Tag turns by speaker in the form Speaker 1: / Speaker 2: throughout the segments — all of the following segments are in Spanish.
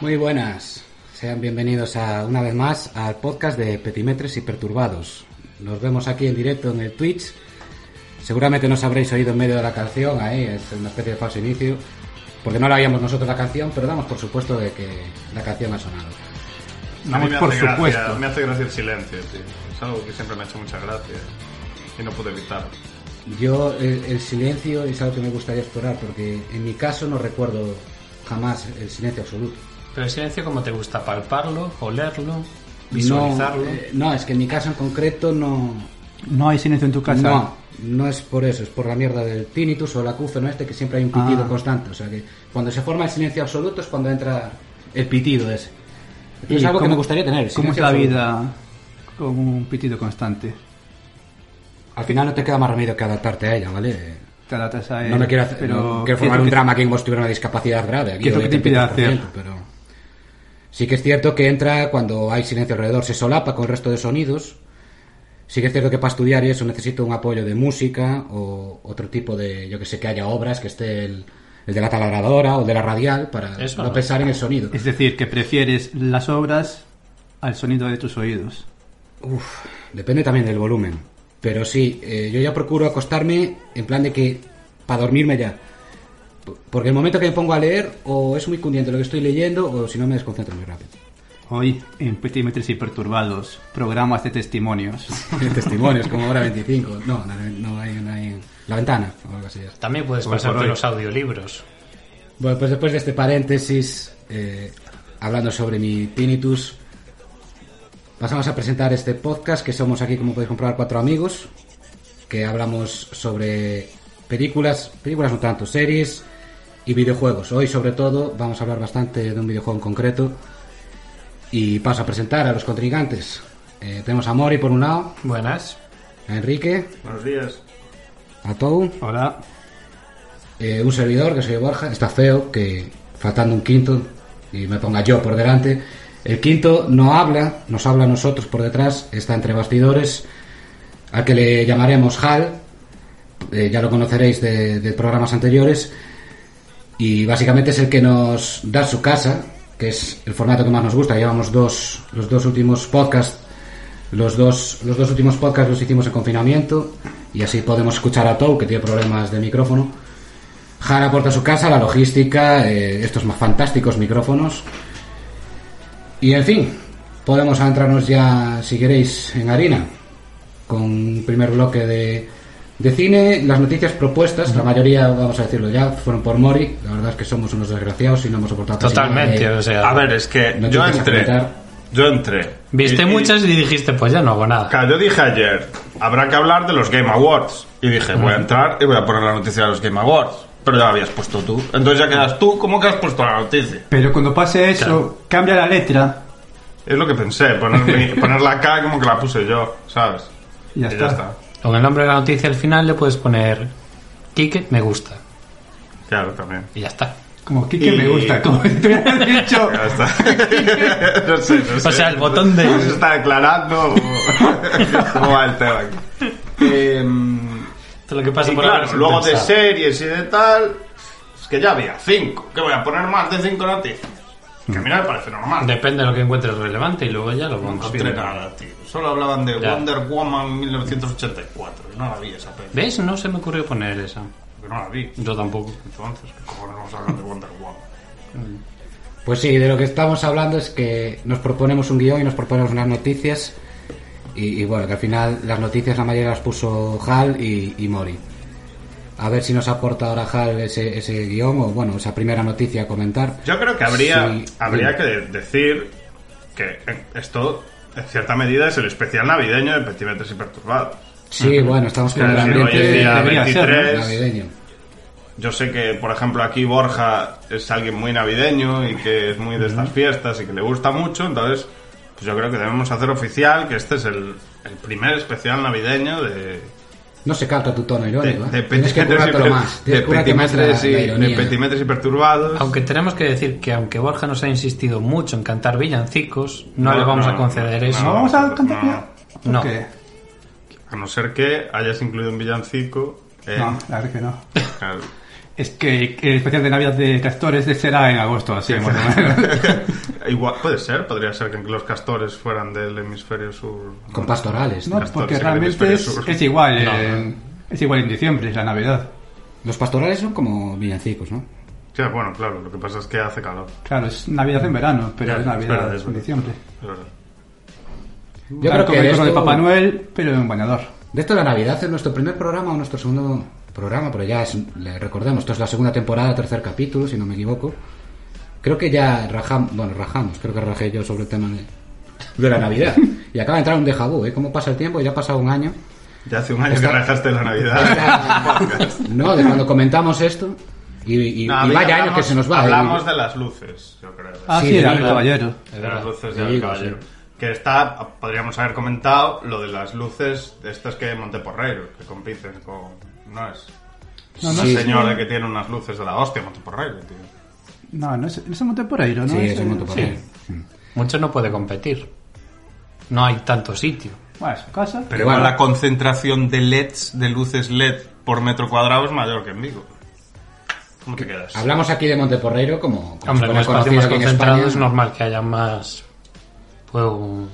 Speaker 1: Muy buenas. Sean bienvenidos a, una vez más al podcast de Petimetres y Perturbados. Nos vemos aquí en directo en el Twitch. Seguramente nos habréis oído en medio de la canción, ahí es una especie de falso inicio, porque no la habíamos nosotros la canción, pero damos por supuesto de que la canción ha sonado.
Speaker 2: A mí
Speaker 1: Damos
Speaker 2: me
Speaker 1: por
Speaker 2: hace, gracia,
Speaker 1: supuesto.
Speaker 2: me hace gracia el silencio, tío. Es algo que siempre me ha hecho mucha gracia y no puedo evitarlo.
Speaker 1: Yo el, el silencio es algo que me gustaría explorar, porque en mi caso no recuerdo jamás el silencio absoluto.
Speaker 3: Pero el silencio, como te gusta? ¿Palparlo? ¿Olerlo? ¿Visualizarlo?
Speaker 1: No, eh, no, es que en mi caso en concreto no,
Speaker 4: No hay silencio en tu casa.
Speaker 1: No, no es por eso, es por la mierda del tinnitus o el acúfeno este que siempre hay un pitido
Speaker 4: Ah.
Speaker 1: constante. O sea que cuando se forma el silencio absoluto es cuando entra el pitido ese.
Speaker 4: ¿Y
Speaker 1: es algo que
Speaker 4: cómo-
Speaker 1: me gustaría tener. el
Speaker 4: ¿Cómo es
Speaker 1: silencio
Speaker 4: la
Speaker 1: absoluto.
Speaker 4: vida con un pitido constante?
Speaker 1: Al final no te queda más remedio que adaptarte a ella, ¿vale?
Speaker 4: Te adaptas a él,
Speaker 1: No me quiero, hacer,
Speaker 4: eh, pero
Speaker 1: no quiero
Speaker 4: ¿qué es
Speaker 1: formar
Speaker 4: lo
Speaker 1: un
Speaker 4: que-
Speaker 1: drama que vos tuviera una discapacidad grave. Aquí
Speaker 4: ¿Qué es lo que te
Speaker 1: obviamente,
Speaker 4: impide hacer?
Speaker 1: 100%, Pero sí que es cierto que entra cuando hay silencio alrededor, se solapa con el resto de sonidos. Sí que es cierto que para estudiar y eso necesito un apoyo de música o otro tipo de, yo que sé, que haya obras, que esté el, el de la taladradora o el de la radial para
Speaker 3: Eso
Speaker 1: no
Speaker 3: no.
Speaker 1: pensar en el sonido.
Speaker 4: Es decir, que prefieres las obras al sonido de tus oídos.
Speaker 1: Uf, depende también del volumen. Pero sí, eh, yo ya procuro acostarme en plan de que para dormirme ya. P- Porque el momento que me pongo a leer o es muy cundiente lo que estoy leyendo o si no me desconcentro muy rápido.
Speaker 4: Hoy, en Petimetres y Perturbados, programas de testimonios.
Speaker 1: Testimonios, como hora 25. No, no, no hay, no hay- La ventana o algo así. ya está.
Speaker 3: También puedes
Speaker 4: Hoy por
Speaker 3: pasarte
Speaker 4: hoy.
Speaker 3: los audiolibros.
Speaker 1: Bueno, pues después de este paréntesis, eh, hablando sobre mi tinnitus, pasamos a presentar este podcast que somos aquí, como podéis comprobar, cuatro amigos que hablamos sobre películas, películas no tanto, series y videojuegos. Hoy, sobre todo, vamos a hablar bastante de un videojuego en concreto y paso a presentar a los contrincantes. Eh, tenemos a Mori por un lado,
Speaker 3: Buenas.
Speaker 1: a Enrique,
Speaker 2: Buenos días.
Speaker 1: a Tou
Speaker 4: Hola.
Speaker 1: Eh, un servidor que soy Borja, está feo, que faltando un quinto, y me ponga yo por delante. El quinto no habla, nos habla a nosotros por detrás, está entre bastidores, al que le llamaremos Hal, eh, ya lo conoceréis de, de programas anteriores, y básicamente es el que nos da su casa, que es el formato que más nos gusta, llevamos dos, los dos últimos podcasts los dos, los dos últimos podcasts los hicimos en confinamiento y así podemos escuchar a Tou, que tiene problemas de micrófono. Jara aporta su casa, la logística, eh, estos más fantásticos micrófonos. Y en fin, podemos adentrarnos ya, si queréis, en harina. Con un primer bloque de, de cine, las noticias propuestas, la mayoría, vamos a decirlo ya, fueron por Mori. La verdad es que somos unos desgraciados y no hemos aportado casi nada de-
Speaker 3: Totalmente, o sea.
Speaker 2: A ver, eh, es que
Speaker 1: No
Speaker 2: yo
Speaker 1: te quieres
Speaker 2: entré.
Speaker 1: comentar.
Speaker 2: Yo entré.
Speaker 3: Viste
Speaker 2: Y- y-
Speaker 3: muchas y dijiste, pues ya no hago nada.
Speaker 2: Claro, yo dije ayer, habrá que hablar de los Game Awards. Y dije, voy a entrar y voy a poner la noticia de los Game Awards. Pero ya la habías puesto tú. Entonces ya quedas tú, ¿cómo que has puesto la noticia?
Speaker 4: Pero cuando pase eso, cambia la letra
Speaker 2: Es lo que pensé, poner, mi- poner la K como que la puse yo, ¿sabes?
Speaker 4: y ya,
Speaker 2: Y
Speaker 4: está.
Speaker 3: Con el nombre de la noticia al final le puedes poner Kike me gusta.
Speaker 2: Claro, también.
Speaker 3: Y ya está.
Speaker 4: Como Kike
Speaker 2: Y-
Speaker 4: me gusta, como tú has dicho.
Speaker 2: Ya está. no sé, no sé.
Speaker 3: sea, el botón de-
Speaker 2: No se está declarando. o- ¿Cómo va el tema aquí? Em,
Speaker 3: Esto es lo que pasa
Speaker 2: y
Speaker 3: por
Speaker 2: claro,
Speaker 3: haberse
Speaker 2: luego de
Speaker 3: pensado.
Speaker 2: series y de tal. Es que ya había cinco. Que voy a poner más de cinco noticias. Que a mí no me parece normal.
Speaker 3: Depende de lo que encuentres relevante y luego ya lo
Speaker 2: no
Speaker 3: vamos
Speaker 2: encontré
Speaker 3: viendo.
Speaker 2: nada, tío. Solo hablaban de
Speaker 3: Ya.
Speaker 2: Wonder Woman 1984. y No la vi esa peli.
Speaker 3: ¿Ves? No se me ocurrió poner esa.
Speaker 2: porque No la vi.
Speaker 3: Yo tampoco.
Speaker 2: Entonces, ¿qué cojones vamos a hablar de Wonder Woman?
Speaker 1: Pues sí, de lo que estamos hablando es que nos proponemos un guión y nos proponemos unas noticias. Y, y bueno, que al final las noticias la mayoría las puso Hal y, y Mori. A ver si nos aporta ahora Hal ese, ese guión o bueno, esa primera noticia a comentar.
Speaker 2: Yo creo que habría,
Speaker 1: Sí,
Speaker 2: habría
Speaker 1: sí.
Speaker 2: que de- decir que eh, esto, en cierta medida, es el especial navideño de Petimetres y Perturbados.
Speaker 1: Sí, bueno, estamos con el
Speaker 2: Claro, sí, hoy es
Speaker 1: ambiente
Speaker 2: día
Speaker 4: debería ser, ¿no?
Speaker 2: 23.
Speaker 1: navideño.
Speaker 2: Yo sé que, por ejemplo, aquí Borja es alguien muy navideño y que es muy de estas fiestas y que le gusta mucho, entonces pues yo creo que debemos hacer oficial que este es el, el primer especial navideño de,
Speaker 1: No se capta tu tono
Speaker 2: de,
Speaker 1: irónico. ¿eh?
Speaker 2: de
Speaker 1: Tienes que
Speaker 2: Petimetres y
Speaker 1: currártelo
Speaker 2: Per-
Speaker 1: más.
Speaker 2: de
Speaker 1: Tienes que currarte más la,
Speaker 2: Petimetres y-
Speaker 1: la
Speaker 2: de
Speaker 1: ironía.
Speaker 2: Petimetres y Perturbados.
Speaker 3: Aunque tenemos que decir que aunque Borja nos ha insistido mucho en cantar villancicos, no, le vamos a conceder
Speaker 2: no,
Speaker 3: eso.
Speaker 4: ¿No vamos a cantar
Speaker 2: No.
Speaker 4: ya?
Speaker 3: No.
Speaker 4: ¿O qué?
Speaker 2: A no ser que hayas incluido un villancico. en-
Speaker 4: No, la verdad que no.
Speaker 2: Claro.
Speaker 4: Es que el especial de Navidad de Castores será en agosto, así más o menos.
Speaker 2: Igual, puede ser, podría ser que los castores fueran del hemisferio sur.
Speaker 1: Con pastorales.
Speaker 4: No,
Speaker 1: tío.
Speaker 2: Castores
Speaker 4: porque
Speaker 2: en el
Speaker 4: realmente
Speaker 2: hemisferio
Speaker 4: es,
Speaker 2: sur.
Speaker 4: es igual.
Speaker 3: No.
Speaker 4: eh, es igual en diciembre, es la Navidad.
Speaker 1: Los pastorales son como villancicos, ¿no?
Speaker 2: Sí, bueno, claro, lo que pasa es que hace calor.
Speaker 4: Claro, es Navidad en verano, pero
Speaker 2: Ya,
Speaker 4: es
Speaker 2: espera,
Speaker 4: Navidad
Speaker 2: es
Speaker 4: en
Speaker 2: verdad.
Speaker 4: diciembre.
Speaker 2: Es verdad.
Speaker 1: Yo creo que
Speaker 4: el
Speaker 1: de
Speaker 4: de
Speaker 1: esto,
Speaker 4: Papá Noel, pero en bañador.
Speaker 1: de esto de la Navidad es nuestro primer programa o nuestro segundo programa, pero ya es, le recordemos, esto es la segunda temporada, tercer capítulo, si no me equivoco. Creo que ya rajamos, bueno, rajamos, creo que rajé yo sobre el tema de, de la Navidad. Y acaba de entrar un déjà vu, ¿eh? ¿Cómo pasa el tiempo? Ya ha pasado un año.
Speaker 2: Ya hace un año
Speaker 1: Está-
Speaker 2: que rajaste la Navidad. Podcast.
Speaker 1: No, de cuando comentamos esto. Y, y- y
Speaker 2: No, a mí
Speaker 1: vaya año
Speaker 2: hablamos-
Speaker 1: que se nos va. ¿eh?
Speaker 2: Hablamos
Speaker 1: Y-
Speaker 2: de las luces, yo creo.
Speaker 4: Ah,
Speaker 1: Sí,
Speaker 4: sí,
Speaker 1: de
Speaker 4: era el
Speaker 1: Navidad.
Speaker 4: caballero.
Speaker 1: Es
Speaker 2: de las
Speaker 1: verdad, te
Speaker 2: luces del
Speaker 1: digo,
Speaker 2: caballero.
Speaker 1: sí.
Speaker 2: Que está, podríamos haber comentado lo de las luces de estas que hay en Monteporreiro, que compiten con. No es.
Speaker 4: No, no
Speaker 2: una
Speaker 1: Sí.
Speaker 2: señora que tiene unas luces de la hostia en Monteporreiro, tío.
Speaker 4: No, no es, no es en Monteporeiro, ¿no?
Speaker 1: Sí, es un
Speaker 4: en-
Speaker 1: montón por ahí.
Speaker 4: sí.
Speaker 3: Mucho no puede competir. No hay tanto sitio.
Speaker 4: Bueno, es su casa.
Speaker 2: Pero
Speaker 1: bueno.
Speaker 2: la concentración de LEDs, de luces LED por metro cuadrado es mayor que en Vigo. ¿Cómo te quedas?
Speaker 1: Hablamos aquí de Monteporreiro como, como
Speaker 3: Hombre, en
Speaker 1: como
Speaker 3: un espacio más
Speaker 1: aquí en
Speaker 3: concentrado
Speaker 1: España.
Speaker 3: es normal que haya más fuego,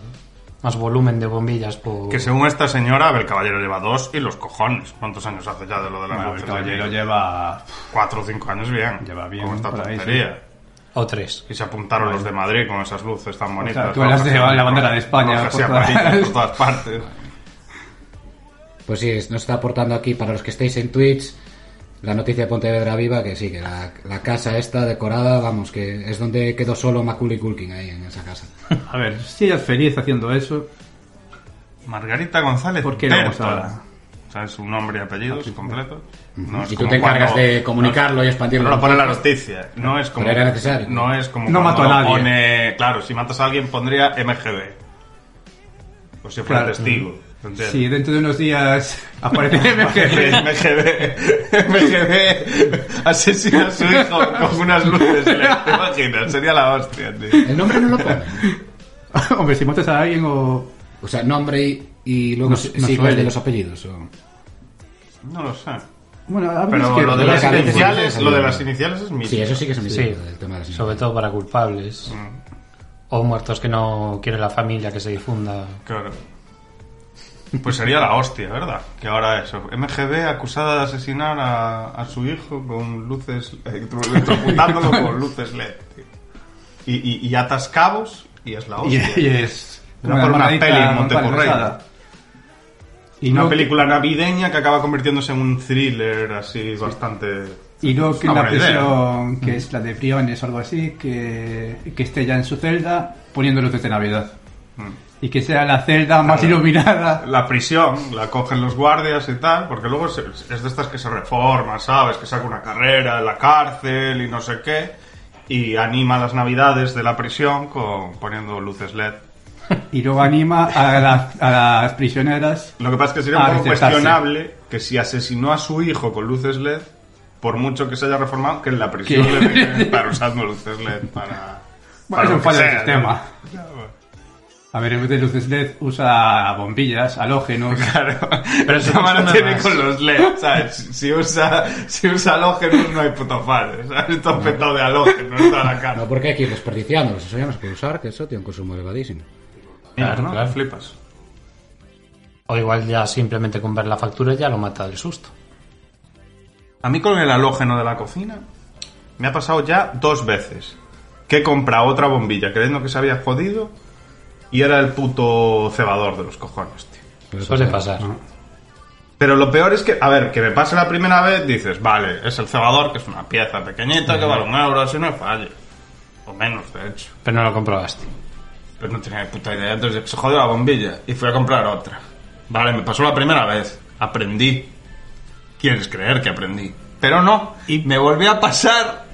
Speaker 3: más volumen de bombillas por...
Speaker 2: Que según esta señora, el caballero lleva dos y los cojones. ¿Cuántos años hace ya de lo de las
Speaker 4: Bueno, el
Speaker 2: luces?
Speaker 4: caballero
Speaker 2: Oye,
Speaker 4: lleva.
Speaker 2: Cuatro o cinco años bien.
Speaker 4: Lleva bien,
Speaker 2: Con esta
Speaker 4: por ahí, sí.
Speaker 2: tontería.
Speaker 3: O tres.
Speaker 2: Y se apuntaron los de Madrid con esas luces tan bonitas.
Speaker 4: tú hablas de
Speaker 2: rojas,
Speaker 4: la bandera de España,
Speaker 2: rojas y
Speaker 4: por
Speaker 2: amarillas
Speaker 4: todas-
Speaker 2: por todas partes.
Speaker 1: Pues sí, nos está aportando aquí, para los que estéis en Twitch, la noticia de Pontevedra Viva, que sí, que la, la casa esta decorada, vamos, que es donde quedó solo Macaulay Culkin ahí en esa casa.
Speaker 4: A ver, si ella es feliz haciendo eso.
Speaker 2: Margarita González
Speaker 4: ¿Por qué no
Speaker 2: Tértola.
Speaker 4: vamos a-
Speaker 2: ¿Sabes? Su nombre y apellidos completo. No es
Speaker 1: y tú
Speaker 2: como
Speaker 1: te encargas
Speaker 2: cuando-
Speaker 1: de comunicarlo y
Speaker 2: No
Speaker 1: expandirlo.
Speaker 2: lo pone la justicia. No es como.
Speaker 1: Pero era necesario.
Speaker 2: No es como.
Speaker 4: No mató
Speaker 2: cuando
Speaker 4: a
Speaker 2: lo
Speaker 4: nadie.
Speaker 2: Pone... Claro, si matas a alguien pondría MGB. O si fuera
Speaker 4: Claro.
Speaker 2: testigo. ¿entiendes?
Speaker 4: Si dentro de unos días aparece MGB.
Speaker 2: MGB, MGB asesina a su hijo con unas luces. ¿Te imaginas? Sería la hostia, tío.
Speaker 1: El nombre no lo pone.
Speaker 4: Hombre, si matas a alguien o.
Speaker 1: O sea, nombre y, y luego
Speaker 4: No-
Speaker 1: sí
Speaker 4: no
Speaker 1: siglas de
Speaker 4: suele.
Speaker 1: los apellidos. o-
Speaker 2: No lo sé.
Speaker 4: Bueno, a ver, es
Speaker 2: Pero
Speaker 4: que-
Speaker 2: lo de
Speaker 1: la
Speaker 2: las
Speaker 1: cabeza
Speaker 2: iniciales,
Speaker 1: sí.
Speaker 2: lo de las iniciales es mítico.
Speaker 1: Sí, eso sí que es mi
Speaker 3: Sí,
Speaker 1: el tema de las
Speaker 3: sobre todo para culpables. O muertos que no quiere la familia que se difunda.
Speaker 2: Claro. Pues sería la hostia, ¿verdad? Que ahora eso. MGB acusada de asesinar a, a su hijo con luces. electro- electrocutándolo con luces LED. tío. Y, y, y atas cabos y es la
Speaker 4: Y,
Speaker 2: hostia.
Speaker 4: y es.
Speaker 2: Era por una
Speaker 4: hermanita
Speaker 2: peli en Montecorreo.
Speaker 4: empanizada. Y
Speaker 2: Una
Speaker 4: no,
Speaker 2: película navideña que acaba convirtiéndose en un thriller así bastante.
Speaker 4: Y luego que
Speaker 2: Una
Speaker 4: en la
Speaker 2: buena idea.
Speaker 4: prisión, que es la de Briones o algo así, que, que esté ya en su celda poniendo luces de Navidad.
Speaker 2: mm.
Speaker 4: Y que sea la celda más iluminada.
Speaker 2: la prisión, la cogen los guardias y tal, porque luego se- es de estas que se reforma, ¿sabes? Que saca una carrera en la cárcel y no sé qué, y anima las navidades de la prisión con poniendo luces LED.
Speaker 4: Y luego anima a, la- a las prisioneras.
Speaker 2: Lo que pasa es que sería
Speaker 4: Ah,
Speaker 2: un poco
Speaker 4: recetarse.
Speaker 2: cuestionable que si asesinó a su hijo con luces LED, por mucho que se haya reformado, que en la prisión
Speaker 4: ¿Qué?
Speaker 2: le dejen para usando luces LED para... para
Speaker 4: Bueno, es
Speaker 2: lo
Speaker 4: un
Speaker 2: que
Speaker 4: fallo del
Speaker 2: sea,
Speaker 4: sistema.
Speaker 2: ¿no?
Speaker 4: A ver, en vez de luces LED usa bombillas, halógenos.
Speaker 2: Claro,
Speaker 3: Pero
Speaker 2: pero
Speaker 3: eso
Speaker 2: esa mano
Speaker 3: funciona
Speaker 2: tiene
Speaker 3: más.
Speaker 2: con los LED, ¿sabes? Si- Si usa, si usa halógenos no hay puto padre, ¿sabes? Todo petado de halógenos toda la cara.
Speaker 1: No, porque hay que ir desperdiciándolos. Eso ya no se puede usar, que eso tiene un consumo elevadísimo.
Speaker 3: Claro,
Speaker 2: ¿no?
Speaker 3: claro.
Speaker 2: Flipas.
Speaker 3: O igual ya simplemente con ver la factura ya lo mata del susto.
Speaker 2: A mí con el halógeno de la cocina me ha pasado ya dos veces que he comprado otra bombilla creyendo que se había jodido y era el puto cebador de los cojones, tío.
Speaker 1: Puede
Speaker 3: Suele
Speaker 1: pasar.
Speaker 3: pasar.
Speaker 2: Pero lo peor es que, a ver, que me pase la primera vez, dices, vale, es el cebador, que es una pieza pequeñita, que vale un euro, así no falle. O menos, de hecho.
Speaker 3: Pero no lo comprobaste.
Speaker 2: Pero no tenía ni puta idea. Entonces se jodió la bombilla y fui a comprar otra. Vale, me pasó la primera vez. Aprendí. Quieres creer que aprendí. Pero no. Y me volví a pasar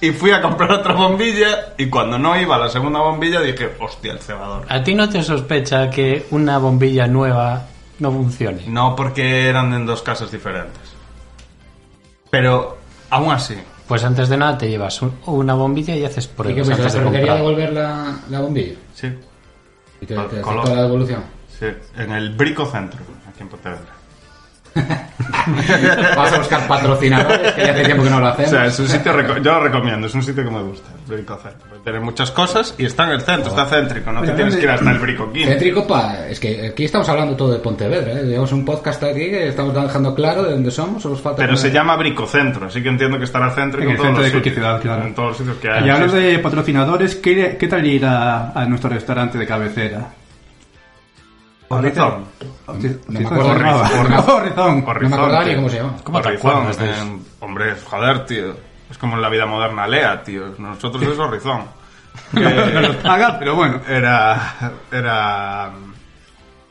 Speaker 2: y fui a comprar otra bombilla. Y cuando no iba a la segunda bombilla dije, hostia, el cebador.
Speaker 3: ¿A ti no te sospecha que una bombilla nueva no funcione?
Speaker 2: No, porque eran en dos casas diferentes. Pero aún así.
Speaker 3: Pues antes de nada te llevas un- una bombilla y haces
Speaker 1: ¿Y qué
Speaker 3: pruebas
Speaker 1: pensabas?
Speaker 3: antes
Speaker 1: ¿Te
Speaker 3: de
Speaker 1: quería
Speaker 3: comprar.
Speaker 1: devolver la, la bombilla?
Speaker 2: Sí.
Speaker 1: ¿Y te,
Speaker 2: Col-
Speaker 1: te aceptó
Speaker 2: color.
Speaker 1: la devolución?
Speaker 2: Sí. En el Brico Centro, aquí en Pontevedra.
Speaker 1: Vas a buscar patrocinadores, que ya hace tiempo que no lo
Speaker 2: O
Speaker 1: hacemos.
Speaker 2: sea, es un sitio, reco- yo lo recomiendo, es un sitio que me gusta, el Brico Centro. Tiene muchas cosas y está en el centro, está céntrico, no te
Speaker 4: Pero
Speaker 2: tienes
Speaker 4: ¿dónde-
Speaker 2: que ir hasta el Brico King.
Speaker 1: Céntrico pa- es que aquí estamos hablando todo de Pontevedra, ¿eh? Llevamos un podcast aquí que estamos dejando claro de dónde somos, solo os falta...
Speaker 2: Pero
Speaker 1: poner-
Speaker 2: se llama Brico Centro, así que entiendo que estará céntrico
Speaker 4: En el
Speaker 2: en todos
Speaker 4: centro
Speaker 2: los
Speaker 4: de cualquier
Speaker 2: sitios,
Speaker 4: ciudad, claro.
Speaker 2: En todos los sitios que hay.
Speaker 4: Y hablando
Speaker 2: existe.
Speaker 4: de patrocinadores, ¿qué, qué tal ir a, a nuestro restaurante de cabecera?
Speaker 2: Horizon.
Speaker 1: No me acuerdo.
Speaker 4: Horizon. Horizon.
Speaker 1: No me acordaba
Speaker 2: Horizonte.
Speaker 1: ni cómo se llama.
Speaker 3: ¿Cómo te
Speaker 2: Horizon,
Speaker 3: acuerdas de
Speaker 2: eh,
Speaker 3: eso?
Speaker 2: Hombre, joder, tío. Es como en la vida moderna lea, tío. Nosotros es Horizon. Que
Speaker 4: Haga, pero bueno. eh,
Speaker 2: era. Era.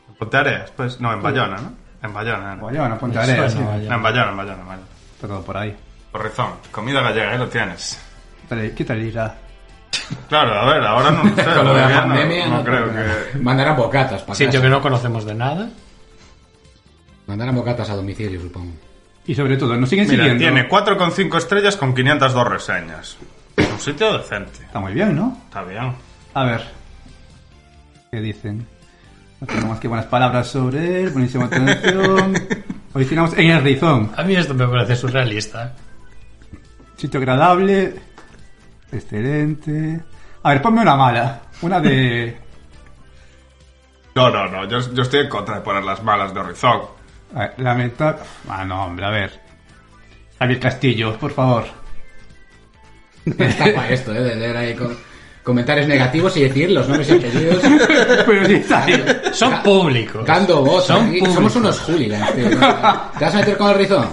Speaker 2: En Ponte Areas, pues. No, en Bayona, ¿no? En Bayona. era.
Speaker 4: Vaya, una Ponte
Speaker 3: Me
Speaker 4: Areas,
Speaker 3: suena,
Speaker 4: sí.
Speaker 3: vaya.
Speaker 2: No, en Bayona, en Bayona, vale.
Speaker 4: Está todo por ahí.
Speaker 2: Horizon, comida gallega, ¿eh? Lo tienes.
Speaker 4: ¿Qué tal- ¿Qué tal ir a...?
Speaker 2: Claro, a ver, ahora no lo sé.
Speaker 1: Con lo de la
Speaker 2: todavía no-
Speaker 1: pandemia...
Speaker 2: no creo que.
Speaker 1: Mandarán bocatas para
Speaker 3: Sitio que no conocemos de nada.
Speaker 1: Mandarán bocatas a domicilio, supongo.
Speaker 4: Y sobre todo, nos siguen
Speaker 2: Mira,
Speaker 4: siguiendo.
Speaker 2: tiene 4,5 estrellas con 502 reseñas. Un sitio decente.
Speaker 4: Está muy bien, ¿no?
Speaker 2: Está bien.
Speaker 4: A ver. ¿Qué dicen? No tengo más que buenas palabras sobre él. Buenísima atención. Originamos en el rizón.
Speaker 3: A mí esto me parece surrealista.
Speaker 4: Sitio agradable. Excelente. A ver, ponme una mala. Una de...
Speaker 2: No, no, no. Yo, yo estoy en contra de poner las malas de Horizon.
Speaker 4: A ver, lamentable... Ah, no, hombre, a ver. Javier Castillo, por favor.
Speaker 1: Está para esto, ¿eh? De leer ahí con- comentarios negativos y decir los nombres y apellidos.
Speaker 4: Pero sí está ahí.
Speaker 3: Son públicos.
Speaker 1: Dando voz.
Speaker 3: Son
Speaker 1: aquí.
Speaker 3: públicos.
Speaker 1: Somos unos hooligans, tío. ¿Te vas a meter con el rizón?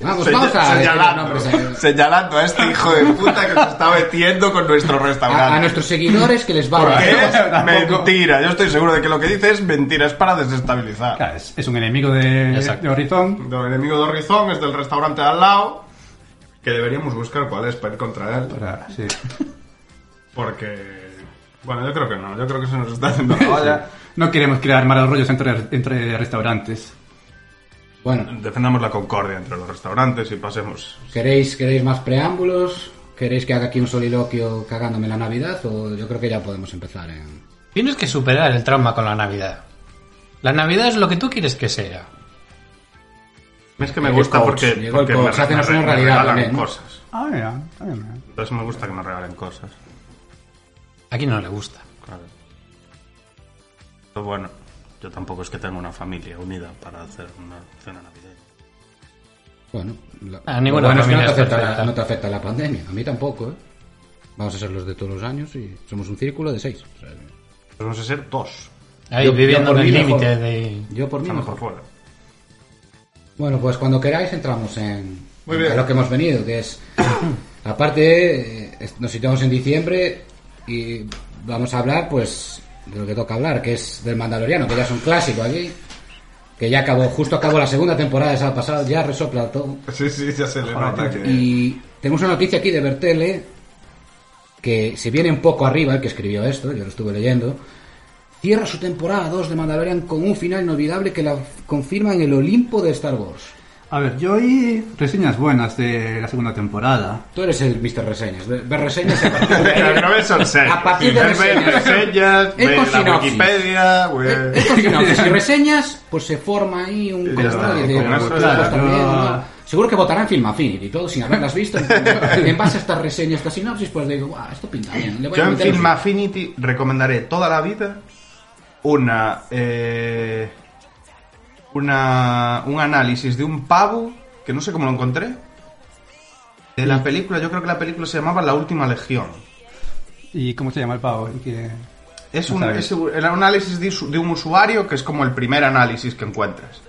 Speaker 1: Vamos,
Speaker 2: Señal-
Speaker 1: vamos a decir los
Speaker 2: señalando,
Speaker 1: nombres ahí.
Speaker 2: señalando a este hijo de puta que se está metiendo con nuestro restaurante.
Speaker 1: a, a nuestros seguidores que les va
Speaker 2: Porque
Speaker 1: a
Speaker 2: es
Speaker 4: Tampoco.
Speaker 2: mentira. Yo estoy seguro de que lo que dice es mentira. Es para desestabilizar.
Speaker 4: Claro, es, es un enemigo de,
Speaker 3: Exacto.
Speaker 4: de Horizon.
Speaker 2: El enemigo de Horizon es del restaurante de al lado. Que deberíamos buscar cuál es para ir contra él.
Speaker 4: Para- sí.
Speaker 2: Porque. Bueno, yo creo que no. Yo creo que se nos está haciendo la olla.
Speaker 4: No queremos crear malos rollos entre, entre restaurantes.
Speaker 1: Bueno,
Speaker 2: Defendamos la concordia entre los restaurantes y pasemos.
Speaker 1: ¿queréis, ¿queréis más preámbulos? ¿Queréis que haga aquí un soliloquio cagándome la Navidad? O yo creo que ya podemos empezar en...
Speaker 3: Tienes que superar el trauma con la Navidad. La Navidad es lo que tú quieres que sea.
Speaker 2: Es que me
Speaker 1: Llegó el
Speaker 2: gusta
Speaker 1: coach,
Speaker 2: porque,
Speaker 1: llegó el
Speaker 2: porque
Speaker 1: coach,
Speaker 2: me,
Speaker 1: hace una
Speaker 2: me- me
Speaker 1: realidad
Speaker 2: regalan
Speaker 1: también, ¿no?
Speaker 2: cosas.
Speaker 4: Ah, mira, está bien, mira.
Speaker 2: Entonces me gusta que me regalen cosas.
Speaker 3: Aquí no le gusta.
Speaker 2: Claro. Pero bueno, yo tampoco es que tenga una familia unida para hacer una cena navideña.
Speaker 1: Bueno, la-
Speaker 3: Ah, ninguna
Speaker 1: lo bueno es que no te,
Speaker 3: familia es
Speaker 1: afecta la,
Speaker 3: perfecta.
Speaker 1: no te afecta la pandemia, a mí tampoco, ¿eh? Vamos a ser los de todos los años y somos un círculo de seis. o sea,
Speaker 2: Pues vamos a ser dos.
Speaker 3: Ahí
Speaker 1: Yo- yo
Speaker 3: viviendo
Speaker 1: por
Speaker 3: en el
Speaker 1: mí mejor.
Speaker 3: límite de...
Speaker 1: yo por mí
Speaker 2: Estamos
Speaker 1: mejor.
Speaker 2: por fuera.
Speaker 1: Bueno, pues cuando queráis entramos en,
Speaker 2: Muy
Speaker 1: en
Speaker 2: bien.
Speaker 1: a lo que hemos venido, que es... aparte, eh, es- nos situamos en diciembre y vamos a hablar, pues, de lo que toca hablar, que es del Mandaloriano, que ya es un clásico aquí, que ya acabó, justo acabó la segunda temporada, esa pasada, ya resopla todo.
Speaker 2: Sí, sí, ya se le nota que...
Speaker 1: Y tenemos una noticia aquí de Bertele que se viene un poco arriba el que escribió esto, yo lo estuve leyendo. Cierra su temporada 2 de Mandalorian con un final inolvidable que la confirma en el Olimpo de Star Wars.
Speaker 4: A ver, yo oí reseñas buenas de la segunda temporada.
Speaker 1: Tú eres el Mr. Reseñas. ve- Ver reseñas a partir de
Speaker 2: Pero no ves reseñas.
Speaker 1: A partir de
Speaker 2: Ve
Speaker 1: reseñas.
Speaker 2: reseñas,
Speaker 1: Es
Speaker 2: ve
Speaker 1: con
Speaker 2: la
Speaker 1: sinopsis.
Speaker 2: Wikipedia, güey.
Speaker 1: Esto sí, no, que si reseñas, pues se forma ahí un
Speaker 2: Ya
Speaker 1: conglomerado
Speaker 2: está,
Speaker 1: de-
Speaker 2: con
Speaker 1: de-
Speaker 2: eso
Speaker 1: de-
Speaker 2: ya.
Speaker 1: cosas también,
Speaker 4: Ah.
Speaker 1: ¿no? Seguro que votarán Film Affinity y todo, sin haberlas visto. En en base a estas reseñas, esta sinopsis, pues digo, "Buah, esto pinta bien. Le voy
Speaker 2: Yo
Speaker 1: a
Speaker 2: en
Speaker 1: meter el
Speaker 2: Film
Speaker 1: fin".
Speaker 2: Affinity recomendaré toda la vida una, eh, una un análisis de un pavo que no sé cómo lo encontré de la película. Yo creo que la película se llamaba La Última Legión.
Speaker 4: ¿Y cómo se llama el pavo? ¿Y qué-
Speaker 2: Es
Speaker 4: No
Speaker 2: un,
Speaker 4: sabía.
Speaker 2: es un el análisis de, usu- de un usuario que es como el primer análisis que encuentras.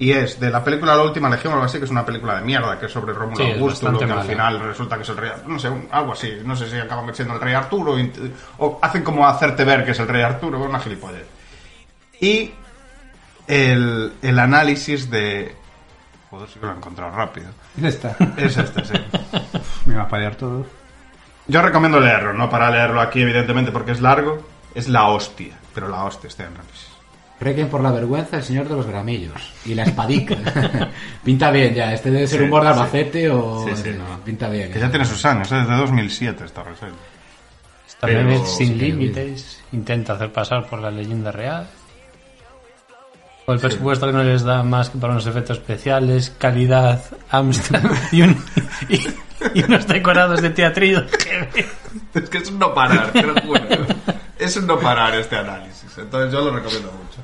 Speaker 2: Y es de la película La Última Legión o algo así, que es una película de mierda, que es sobre Rómulo
Speaker 3: Sí, es
Speaker 2: Augusto, que
Speaker 3: bastante
Speaker 2: al
Speaker 3: mala.
Speaker 2: final resulta que es el rey... No sé, un- algo así. No sé si acaban siendo el rey Arturo int- o hacen como hacerte ver que es el rey Arturo, una gilipollez. Y el, el análisis de... Joder, sí que lo he encontrado rápido.
Speaker 4: Es esta.
Speaker 2: Es este, sí.
Speaker 4: Me va a fallar todo.
Speaker 2: Yo recomiendo leerlo, no para leerlo aquí, evidentemente, porque es largo. Es la hostia, pero la hostia está en análisis.
Speaker 1: Requiem por la vergüenza, el señor de los gramillos y la espadica. pinta bien ya, este debe ser un borde albacete o...
Speaker 2: Sí, sí,
Speaker 1: en fin,
Speaker 2: no.
Speaker 1: Pinta bien.
Speaker 2: Que ya tiene sus años, ¿eh? desde 2007 esta reseña.
Speaker 3: Esta vez
Speaker 2: Pero-
Speaker 3: sin límites, intenta hacer pasar por la leyenda real. O el presupuesto que no les da más que para unos efectos especiales, calidad, Amsterdam y, un- y- y unos decorados de teatrillo.
Speaker 2: Es que es un no parar, te lo juro. ¿eh? Es un no parar este análisis. Entonces yo lo recomiendo mucho.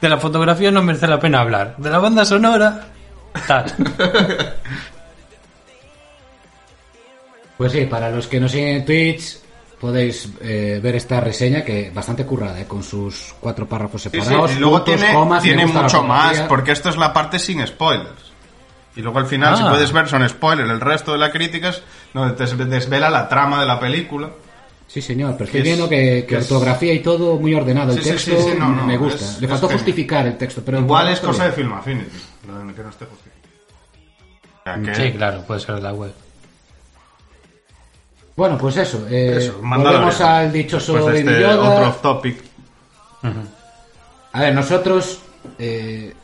Speaker 3: De la fotografía no merece la pena hablar. De la banda sonora, tal.
Speaker 1: Pues sí, para los que nos siguen en Twitch podéis eh, ver esta reseña que bastante currada, eh, con sus cuatro párrafos
Speaker 2: Sí, sí,
Speaker 1: separados,
Speaker 2: y luego
Speaker 1: puntos,
Speaker 2: tiene,
Speaker 1: comas,
Speaker 2: tiene
Speaker 1: me gusta la
Speaker 2: mucho más,
Speaker 1: fotografía.
Speaker 2: porque esto es la parte sin spoilers. Y luego al final,
Speaker 3: Ah.
Speaker 2: si puedes ver, son spoilers. El resto de la crítica es donde te desvela la trama de la película.
Speaker 1: Sí, señor, pero
Speaker 2: que
Speaker 1: estoy
Speaker 2: es-
Speaker 1: viendo que, que
Speaker 2: que es-
Speaker 1: ortografía y todo muy ordenado. El
Speaker 2: Sí, sí,
Speaker 1: texto
Speaker 2: sí, sí, no, no,
Speaker 1: me gusta.
Speaker 2: es-
Speaker 1: Le
Speaker 2: es
Speaker 1: faltó
Speaker 2: genial.
Speaker 1: justificar el texto, pero
Speaker 2: Igual es
Speaker 1: está
Speaker 2: cosa de
Speaker 1: bien.
Speaker 2: Film Affinity, lo de que no esté justificado. O sea que-
Speaker 3: Sí, claro, puede ser la web.
Speaker 1: Bueno, pues eso. Eh,
Speaker 2: eso, mándalo
Speaker 1: volvemos
Speaker 2: a-
Speaker 1: al dichoso
Speaker 2: después de
Speaker 1: Baby
Speaker 2: este
Speaker 1: Yoda.
Speaker 2: otro off topic.
Speaker 1: A ver, nosotros, eh,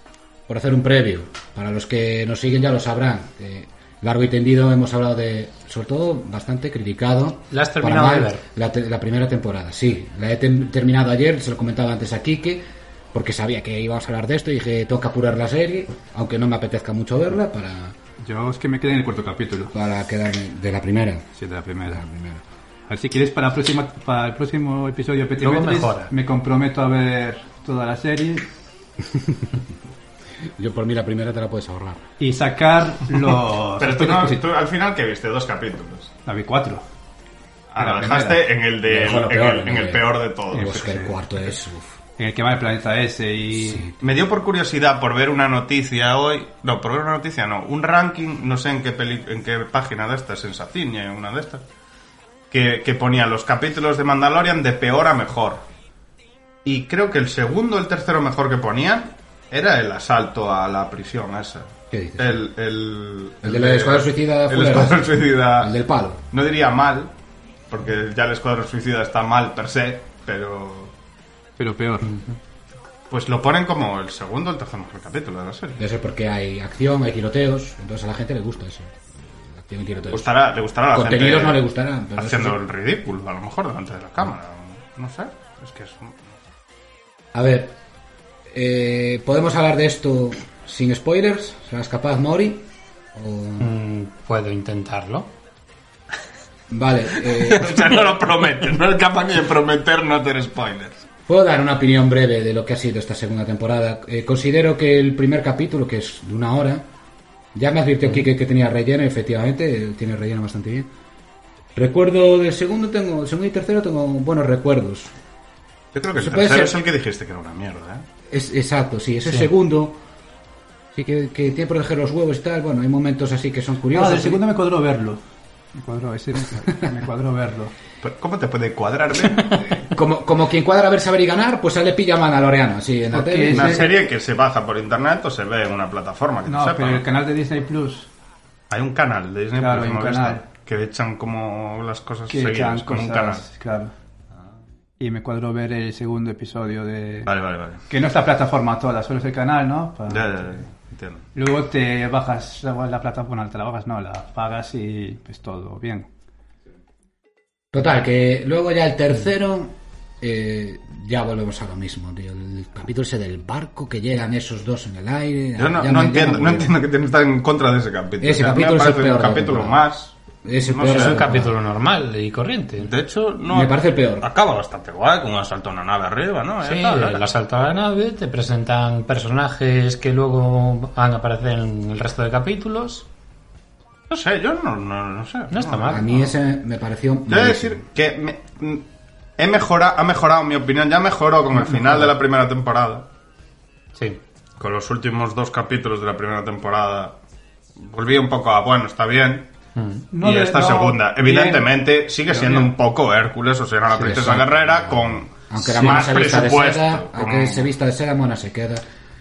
Speaker 1: por hacer un previo, para los que nos siguen ya lo sabrán, eh, largo y tendido hemos hablado de, sobre todo, bastante criticado.
Speaker 3: ¿La has
Speaker 1: para
Speaker 3: terminado de
Speaker 1: mal,
Speaker 3: ver?
Speaker 1: La, te- la primera temporada, sí. La he tem- terminado ayer, se lo comentaba antes a Quique, porque sabía que íbamos a hablar de esto y dije, toca apurar la serie, aunque no me apetezca mucho verla, para,
Speaker 4: Yo es que me quedé en el cuarto capítulo.
Speaker 1: para quedarme de la primera.
Speaker 4: Sí, de la primera. A ver si quieres para, la próxima, para el próximo episodio de
Speaker 3: Luego
Speaker 4: Petimetris,
Speaker 3: mejora.
Speaker 4: me comprometo a ver toda la serie
Speaker 1: Yo por mí la primera te la puedes ahorrar.
Speaker 4: y sacar los...
Speaker 2: Pero tú,
Speaker 4: aspectos
Speaker 2: no-
Speaker 4: positivos.
Speaker 2: tú al final que viste dos capítulos.
Speaker 4: La vi cuatro.
Speaker 2: Ah,
Speaker 4: La
Speaker 2: lo dejaste en el, de,
Speaker 1: Mejor o
Speaker 2: en,
Speaker 1: peor,
Speaker 2: el,
Speaker 1: ¿no?
Speaker 2: en el peor de todos.
Speaker 1: Pues que el cuarto es... uf.
Speaker 4: En el que va el planeta ese y...
Speaker 2: Me dio por curiosidad por ver una noticia hoy. No, por ver una noticia no. Un ranking, no sé en qué, peli- en qué página de estas, en Saciña, en una de estas. Que, que ponía los capítulos de Mandalorian de peor a mejor. Y creo que el segundo o el tercero mejor que ponían era el asalto a la prisión esa.
Speaker 1: ¿Qué dices?
Speaker 2: El, el,
Speaker 1: El del Escuadrón Suicida
Speaker 2: El
Speaker 1: Fulero.
Speaker 2: Escuadrón Suicida.
Speaker 1: El del palo.
Speaker 2: No diría mal, porque ya el Escuadrón Suicida está mal per se, pero.
Speaker 4: Pero peor.
Speaker 2: Pues lo ponen como el segundo o el tercer mejor capítulo de la serie.
Speaker 1: Debe ser porque hay acción, hay tiroteos, entonces a la gente le gusta eso. Acción y
Speaker 2: Le
Speaker 1: tiroteos.
Speaker 2: gustará, le gustará a la
Speaker 1: Contenidos
Speaker 2: gente
Speaker 1: no le gustarán, pero
Speaker 2: haciendo
Speaker 1: eso sí.
Speaker 2: el ridículo, a lo mejor delante de la cámara. No sé. Es que es. un-
Speaker 1: A ver, eh, ¿podemos hablar de esto sin spoilers? ¿Serás capaz, Mori? O-
Speaker 3: Mm, puedo intentarlo.
Speaker 1: Vale, eh,
Speaker 2: O sea, no lo prometes, no es capaz ni de prometer no hacer spoilers.
Speaker 1: puedo dar una opinión breve de lo que ha sido esta segunda temporada. Eh, considero que el primer capítulo, que es de una hora, ya me advirtió Kike que tenía relleno, y efectivamente, eh, tiene relleno bastante bien. Recuerdo del segundo, tengo, el segundo y tercero tengo buenos recuerdos.
Speaker 2: Yo creo que el
Speaker 1: Se puede
Speaker 2: tercero es
Speaker 1: ser.
Speaker 2: el que dijiste que era una mierda, ¿eh?
Speaker 1: Es, exacto, sí, ese segundo. Sí, que, que tiene que proteger los huevos y tal. Bueno, hay momentos así que son curiosos.
Speaker 4: Ah, del segundo me cuadró verlo. Me cuadró, ese me, me cuadró verlo.
Speaker 2: Pero ¿Cómo te puede cuadrar bien?
Speaker 1: Como, como quien cuadra a ver saber y ganar, pues sale pilla a Loreano, sí, en la
Speaker 4: Porque
Speaker 1: tele.
Speaker 4: es-
Speaker 2: Una
Speaker 4: Ese-
Speaker 2: serie que se baja por internet o se ve en una plataforma que
Speaker 4: No,
Speaker 2: te sepa.
Speaker 4: pero el canal de Disney Plus
Speaker 2: Hay un canal de Disney
Speaker 4: Claro,
Speaker 2: Plus,
Speaker 4: hay un
Speaker 2: ¿no ves?
Speaker 4: canal.
Speaker 2: que echan como las cosas
Speaker 4: que
Speaker 2: seguidas,
Speaker 4: echan
Speaker 2: como
Speaker 4: cosas,
Speaker 2: un canal.
Speaker 4: claro. Y me cuadró ver el segundo episodio de
Speaker 2: Vale, vale, vale.
Speaker 4: que no es la plataforma toda, solo es el canal, ¿no? Pa-
Speaker 2: Ya, ya, ya, entiendo.
Speaker 4: Luego te bajas la, la plataforma, te la bajas, no, la pagas y pues todo bien.
Speaker 1: Total, que luego ya el tercero. eh, ya volvemos a lo mismo, tío. El capítulo ese del barco que llegan esos dos en el aire.
Speaker 2: Yo no,
Speaker 1: ya
Speaker 2: no
Speaker 1: me- ya
Speaker 2: entiendo,
Speaker 1: me
Speaker 2: no
Speaker 1: aburrió.
Speaker 2: entiendo que tienes que estar en contra de ese capítulo.
Speaker 1: Ese
Speaker 2: O sea,
Speaker 1: capítulo
Speaker 2: me
Speaker 1: es el
Speaker 2: parece
Speaker 1: peor
Speaker 2: un
Speaker 1: de la
Speaker 2: capítulo
Speaker 1: temporada.
Speaker 2: más.
Speaker 1: Ese
Speaker 2: no
Speaker 1: peor
Speaker 2: sé,
Speaker 1: es
Speaker 3: Es
Speaker 1: el
Speaker 3: un capítulo normal y corriente.
Speaker 2: De hecho, no.
Speaker 1: Me parece el peor.
Speaker 2: Acaba bastante guay, con un asalto a una nave arriba, ¿no? Eh, Ya
Speaker 3: Sí,
Speaker 2: está, la-
Speaker 3: el asalto a la nave, te presentan personajes que luego van a aparecer en el resto de capítulos.
Speaker 2: No sé, yo no, no, no sé.
Speaker 3: No está mal.
Speaker 1: A mí ese me pareció.
Speaker 2: Yo he de
Speaker 1: malísimo.
Speaker 2: decir que me- mm, he mejorado, ha mejorado mi opinión, ya mejoró con el final de la primera temporada.
Speaker 3: Sí.
Speaker 2: con los últimos dos capítulos de la primera temporada volví un poco a bueno, está bien.
Speaker 4: No
Speaker 2: y
Speaker 4: de-
Speaker 2: esta
Speaker 4: no,
Speaker 2: segunda,
Speaker 4: bien.
Speaker 2: evidentemente, sigue
Speaker 4: Pero
Speaker 2: siendo
Speaker 4: bien.
Speaker 2: un poco Hércules, o sea, era la princesa guerrera con
Speaker 1: Aunque la mona
Speaker 2: más
Speaker 1: se vista de seda,
Speaker 2: presupuesto.
Speaker 1: aunque
Speaker 2: con-
Speaker 1: se vista de seda, mona se queda.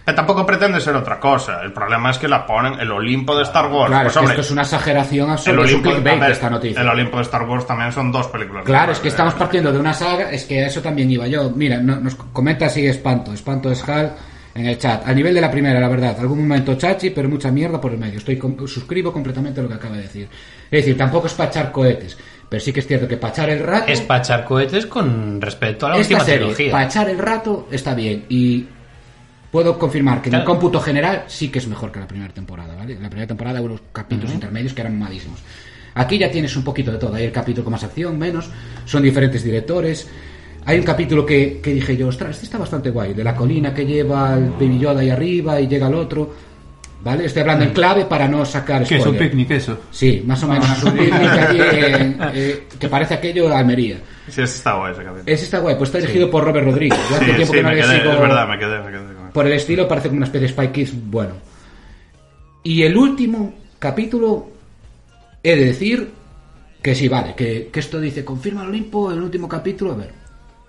Speaker 2: Que tampoco pretende ser otra cosa. El problema es que la ponen el Olimpo de Star Wars.
Speaker 1: Claro,
Speaker 2: Pues,
Speaker 1: es que
Speaker 2: hombre,
Speaker 1: esto es una exageración
Speaker 2: el
Speaker 1: absoluta. Es un
Speaker 2: Olimpo,
Speaker 1: clickbait
Speaker 2: a ver,
Speaker 1: esta noticia.
Speaker 2: el Olimpo de Star Wars también son dos películas.
Speaker 1: Claro,
Speaker 2: de
Speaker 1: es que
Speaker 2: Marvel.
Speaker 1: estamos partiendo de una saga, es que a eso también iba yo. Mira, no- nos comenta así Espanto, Espanto es Hal en el chat. A nivel de la primera, la verdad, algún momento chachi, pero mucha mierda por el medio. Estoy com- suscribo completamente lo que acaba de decir. Es decir, tampoco es pachar cohetes, pero sí que es cierto que pachar el rato
Speaker 3: Es pachar cohetes con respecto a la
Speaker 1: esta
Speaker 3: última
Speaker 1: serie,
Speaker 3: trilogía.
Speaker 1: pachar el rato está bien y Puedo confirmar que en el
Speaker 3: Claro.
Speaker 1: cómputo general sí que es mejor que la primera temporada, ¿vale? En La primera temporada hubo unos capítulos intermedios que eran malísimos. Aquí ya tienes un poquito de todo. Hay el capítulo con más acción, menos. Son diferentes directores. Hay un capítulo que, que dije yo, ostras, este está bastante guay. De la colina que lleva el Baby Yoda ahí arriba y llega el otro. ¿Vale? Estoy hablando en clave para no sacar
Speaker 4: Mm. Que es un
Speaker 1: spoiler.
Speaker 4: picnic eso.
Speaker 1: Sí, más o menos.
Speaker 4: Ah.
Speaker 1: Es un picnic allí en- eh, que parece aquello Almería.
Speaker 2: Sí, ese está guay ese capítulo.
Speaker 1: Ese está guay, pues está dirigido por Robert Rodríguez. Yo hace
Speaker 2: Sí,
Speaker 1: tiempo
Speaker 2: sí,
Speaker 1: que no
Speaker 2: me
Speaker 1: le
Speaker 2: quedé,
Speaker 1: sigo-
Speaker 2: es verdad, me quedé, me quedé con él.
Speaker 1: Por el estilo parece como una especie de Spy Kids bueno. Y el último capítulo, he de decir que sí, vale, que, que esto dice, confirma el Olimpo, el último capítulo, a ver,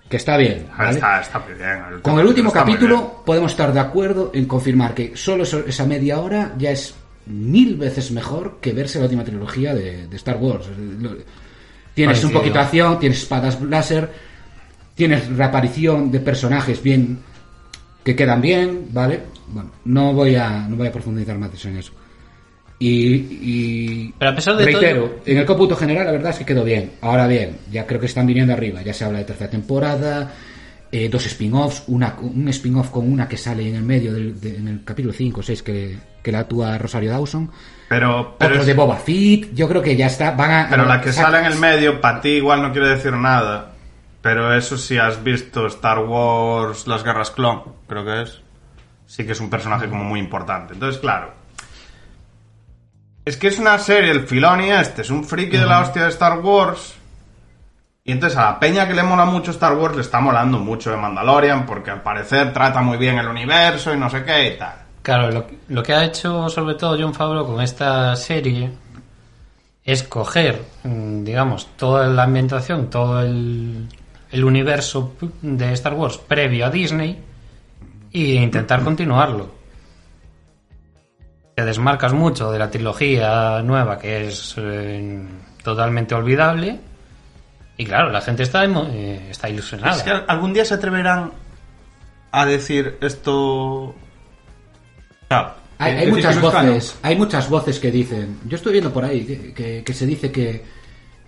Speaker 1: que está bien.
Speaker 2: Ah,
Speaker 1: Pues, ¿vale?
Speaker 2: Está, está muy bien.
Speaker 1: Con el último
Speaker 2: está muy bien.
Speaker 1: capítulo podemos estar de acuerdo en confirmar que solo eso- esa media hora ya es mil veces mejor que verse la última trilogía de, de Star Wars. Lo- Tienes un
Speaker 3: Parecido.
Speaker 1: poquito de acción, tienes espadas láser, tienes reaparición de personajes bien que quedan bien, ¿vale? Bueno, no voy a, no voy a profundizar más en eso. Y, y
Speaker 3: Pero a pesar de
Speaker 1: reitero,
Speaker 3: todo-
Speaker 1: en el cómputo general la verdad es que quedó bien. Ahora bien, ya creo que están viniendo arriba. Ya se habla de tercera temporada, eh, dos spin-offs, una, un spin-off con una que sale en el medio, del, de- en el capítulo 5 o 6 que, que la actúa Rosario Dawson.
Speaker 2: Pero, pero,
Speaker 1: Otro
Speaker 2: es-
Speaker 1: de Boba Fett, yo creo que ya está. Van a,
Speaker 2: pero la que
Speaker 1: saca-
Speaker 2: sale en el medio, para ti igual no quiere decir nada. Pero eso si has visto Star Wars, las guerras clon, creo que es. Sí que es un personaje como muy importante. Entonces, claro. Es que es una serie, el Filoni este, es un friki de la hostia de Star Wars. Y entonces a la peña que le mola mucho Star Wars le está molando mucho de Mandalorian porque al parecer trata muy bien el universo y no sé qué y tal.
Speaker 3: Claro, lo, lo que ha hecho sobre todo John Favreau con esta serie es coger, mm, digamos, toda la ambientación, todo el, el universo p- de Star Wars previo a Disney e intentar continuarlo. Te desmarcas mucho de la trilogía nueva que es eh, totalmente olvidable y claro, la gente está, emo- eh, está ilusionada.
Speaker 2: Es que algún día se atreverán a decir esto. Chao.
Speaker 1: Hay, hay
Speaker 4: Es decir,
Speaker 1: muchas
Speaker 4: que no es
Speaker 1: voces, hay muchas voces que dicen. Yo estoy viendo por ahí que, que- que se dice que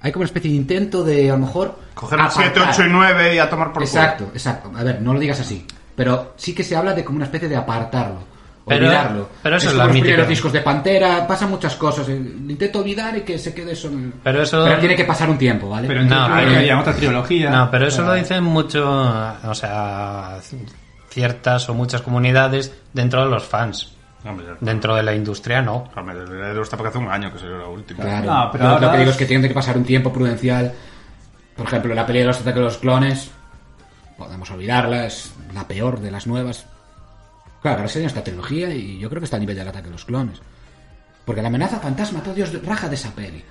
Speaker 1: hay como una especie de intento de a lo mejor
Speaker 2: Coger el
Speaker 1: apartar.
Speaker 2: 7, 8 y 9 y a tomar por
Speaker 1: Exacto, exacto. A ver, no lo digas así, pero sí que se habla de como una especie de apartarlo,
Speaker 3: Pero-
Speaker 1: olvidarlo.
Speaker 3: pero eso es
Speaker 1: como
Speaker 3: la
Speaker 1: los
Speaker 3: mítica.
Speaker 1: primeros discos de Pantera, pasan muchas cosas. eh, Intento olvidar y que se quede eso. en el-
Speaker 3: Pero eso-
Speaker 1: tiene que pasar un tiempo, ¿vale?
Speaker 4: Pero entonces
Speaker 3: No,
Speaker 4: no,
Speaker 3: pero-
Speaker 4: harían otra trilogía.
Speaker 3: No, pero eso
Speaker 4: Ah,
Speaker 3: lo
Speaker 2: Eh.
Speaker 3: dicen mucho, o sea, ciertas o muchas comunidades dentro de los fans.
Speaker 2: culo. Hombre,
Speaker 3: Dentro de la industria no.
Speaker 2: hombre, le gusta porque hace un año que salió la última.
Speaker 1: Claro.
Speaker 4: No, pero
Speaker 1: Yo lo
Speaker 4: ahora
Speaker 1: que digo
Speaker 4: es-
Speaker 1: es que tiene que pasar un tiempo prudencial. Por ejemplo, la pelea de los ataques de los clones, podemos olvidarla, es la peor de las nuevas. Claro, ahora se esta trilogía y yo creo que está a nivel del ataque de los clones. Porque la amenaza fantasma, todo Dios, raja de esa peli.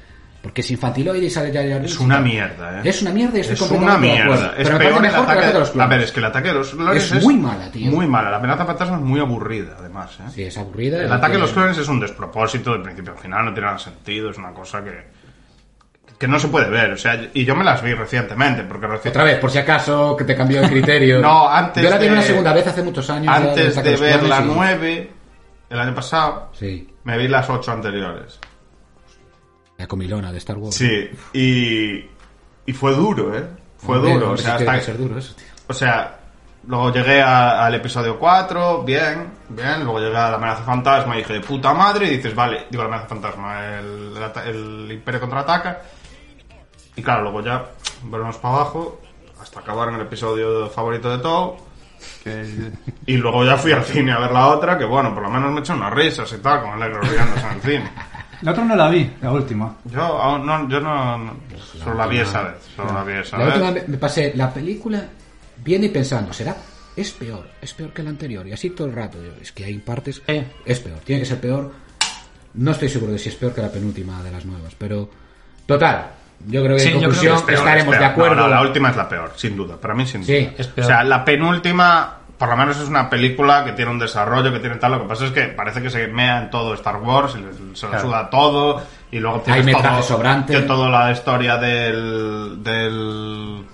Speaker 1: Porque es infantiloide y sale ya
Speaker 2: Es una mierda, eh.
Speaker 1: Es una mierda y estoy
Speaker 2: Es una
Speaker 1: completamente de
Speaker 2: mierda.
Speaker 1: acuerdo.
Speaker 2: Es
Speaker 1: Pero me
Speaker 2: peor
Speaker 1: parece
Speaker 2: el
Speaker 1: mejor que el
Speaker 2: ataque.
Speaker 1: ataque de los
Speaker 2: a
Speaker 1: clones.
Speaker 2: ver, es que el ataque de los clones
Speaker 1: Es muy mala, tío.
Speaker 2: Muy mala. La amenaza fantasma es muy aburrida, además, eh.
Speaker 1: Sí, es aburrida.
Speaker 2: El ataque de los clones es un despropósito de principio a final, no tiene nada sentido, es una cosa que. que no se puede ver, o sea, y yo me las vi recientemente, porque recientemente.
Speaker 1: Otra vez, por si acaso, que te cambió el criterio.
Speaker 2: No, antes
Speaker 1: Yo la vi
Speaker 2: de-
Speaker 1: una segunda vez hace muchos años. ya, del
Speaker 2: Antes
Speaker 1: ataque
Speaker 2: de
Speaker 1: los
Speaker 2: ver
Speaker 1: clones
Speaker 2: la
Speaker 1: y-
Speaker 2: 9, el año pasado,
Speaker 1: Sí.
Speaker 2: me vi las 8 anteriores.
Speaker 1: La comilona de Star Wars.
Speaker 2: Sí, y, y fue duro, ¿eh? Fue
Speaker 1: Hombre,
Speaker 2: duro. O
Speaker 1: hombre, sí
Speaker 2: sea,
Speaker 1: tiene
Speaker 2: hasta
Speaker 1: que ser duro eso, tío.
Speaker 2: o sea, luego llegué a- al episodio 4, bien, bien. Luego llegué a la amenaza fantasma y dije, de puta madre. Y dices, vale, digo la amenaza fantasma, el, el ata- el imperio contraataca. Y claro, luego ya volvemos para abajo hasta acabar en el episodio favorito de todo.
Speaker 4: que el-
Speaker 2: Y luego ya fui al cine a ver la otra, que bueno, por lo menos me echan unas risas y tal, con el negro riéndose en el cine.
Speaker 4: La otra no la vi, la última.
Speaker 2: Yo aún no, yo no, no- solo la vi esa vez, solo la vi esa
Speaker 1: La última
Speaker 2: vez.
Speaker 1: me, me pasé la película viendo y pensando, ¿será? Es peor, es peor que la anterior. Y así todo el rato. Yo, es que hay partes.
Speaker 3: Sí.
Speaker 1: Es peor, tiene que ser peor. No estoy seguro de si es peor que la penúltima de las nuevas, pero. Total. Yo creo que
Speaker 3: Sí,
Speaker 1: en
Speaker 3: yo creo que
Speaker 1: conclusión
Speaker 3: es
Speaker 2: Peor,
Speaker 1: estaremos
Speaker 2: es
Speaker 1: de
Speaker 2: peor.
Speaker 1: acuerdo.
Speaker 2: No, no, la última es la peor, sin duda, para mí sin duda.
Speaker 1: Sí,
Speaker 3: es peor.
Speaker 2: O sea, la penúltima, por lo menos es una película que tiene un desarrollo, que tiene tal, lo que pasa es que parece que se mea en todo Star Wars, y le- se la
Speaker 3: Claro.
Speaker 2: suda todo, y luego
Speaker 1: Hay
Speaker 2: tienes
Speaker 1: metraje
Speaker 2: todo,
Speaker 1: sobrante.
Speaker 2: que toda la historia del... del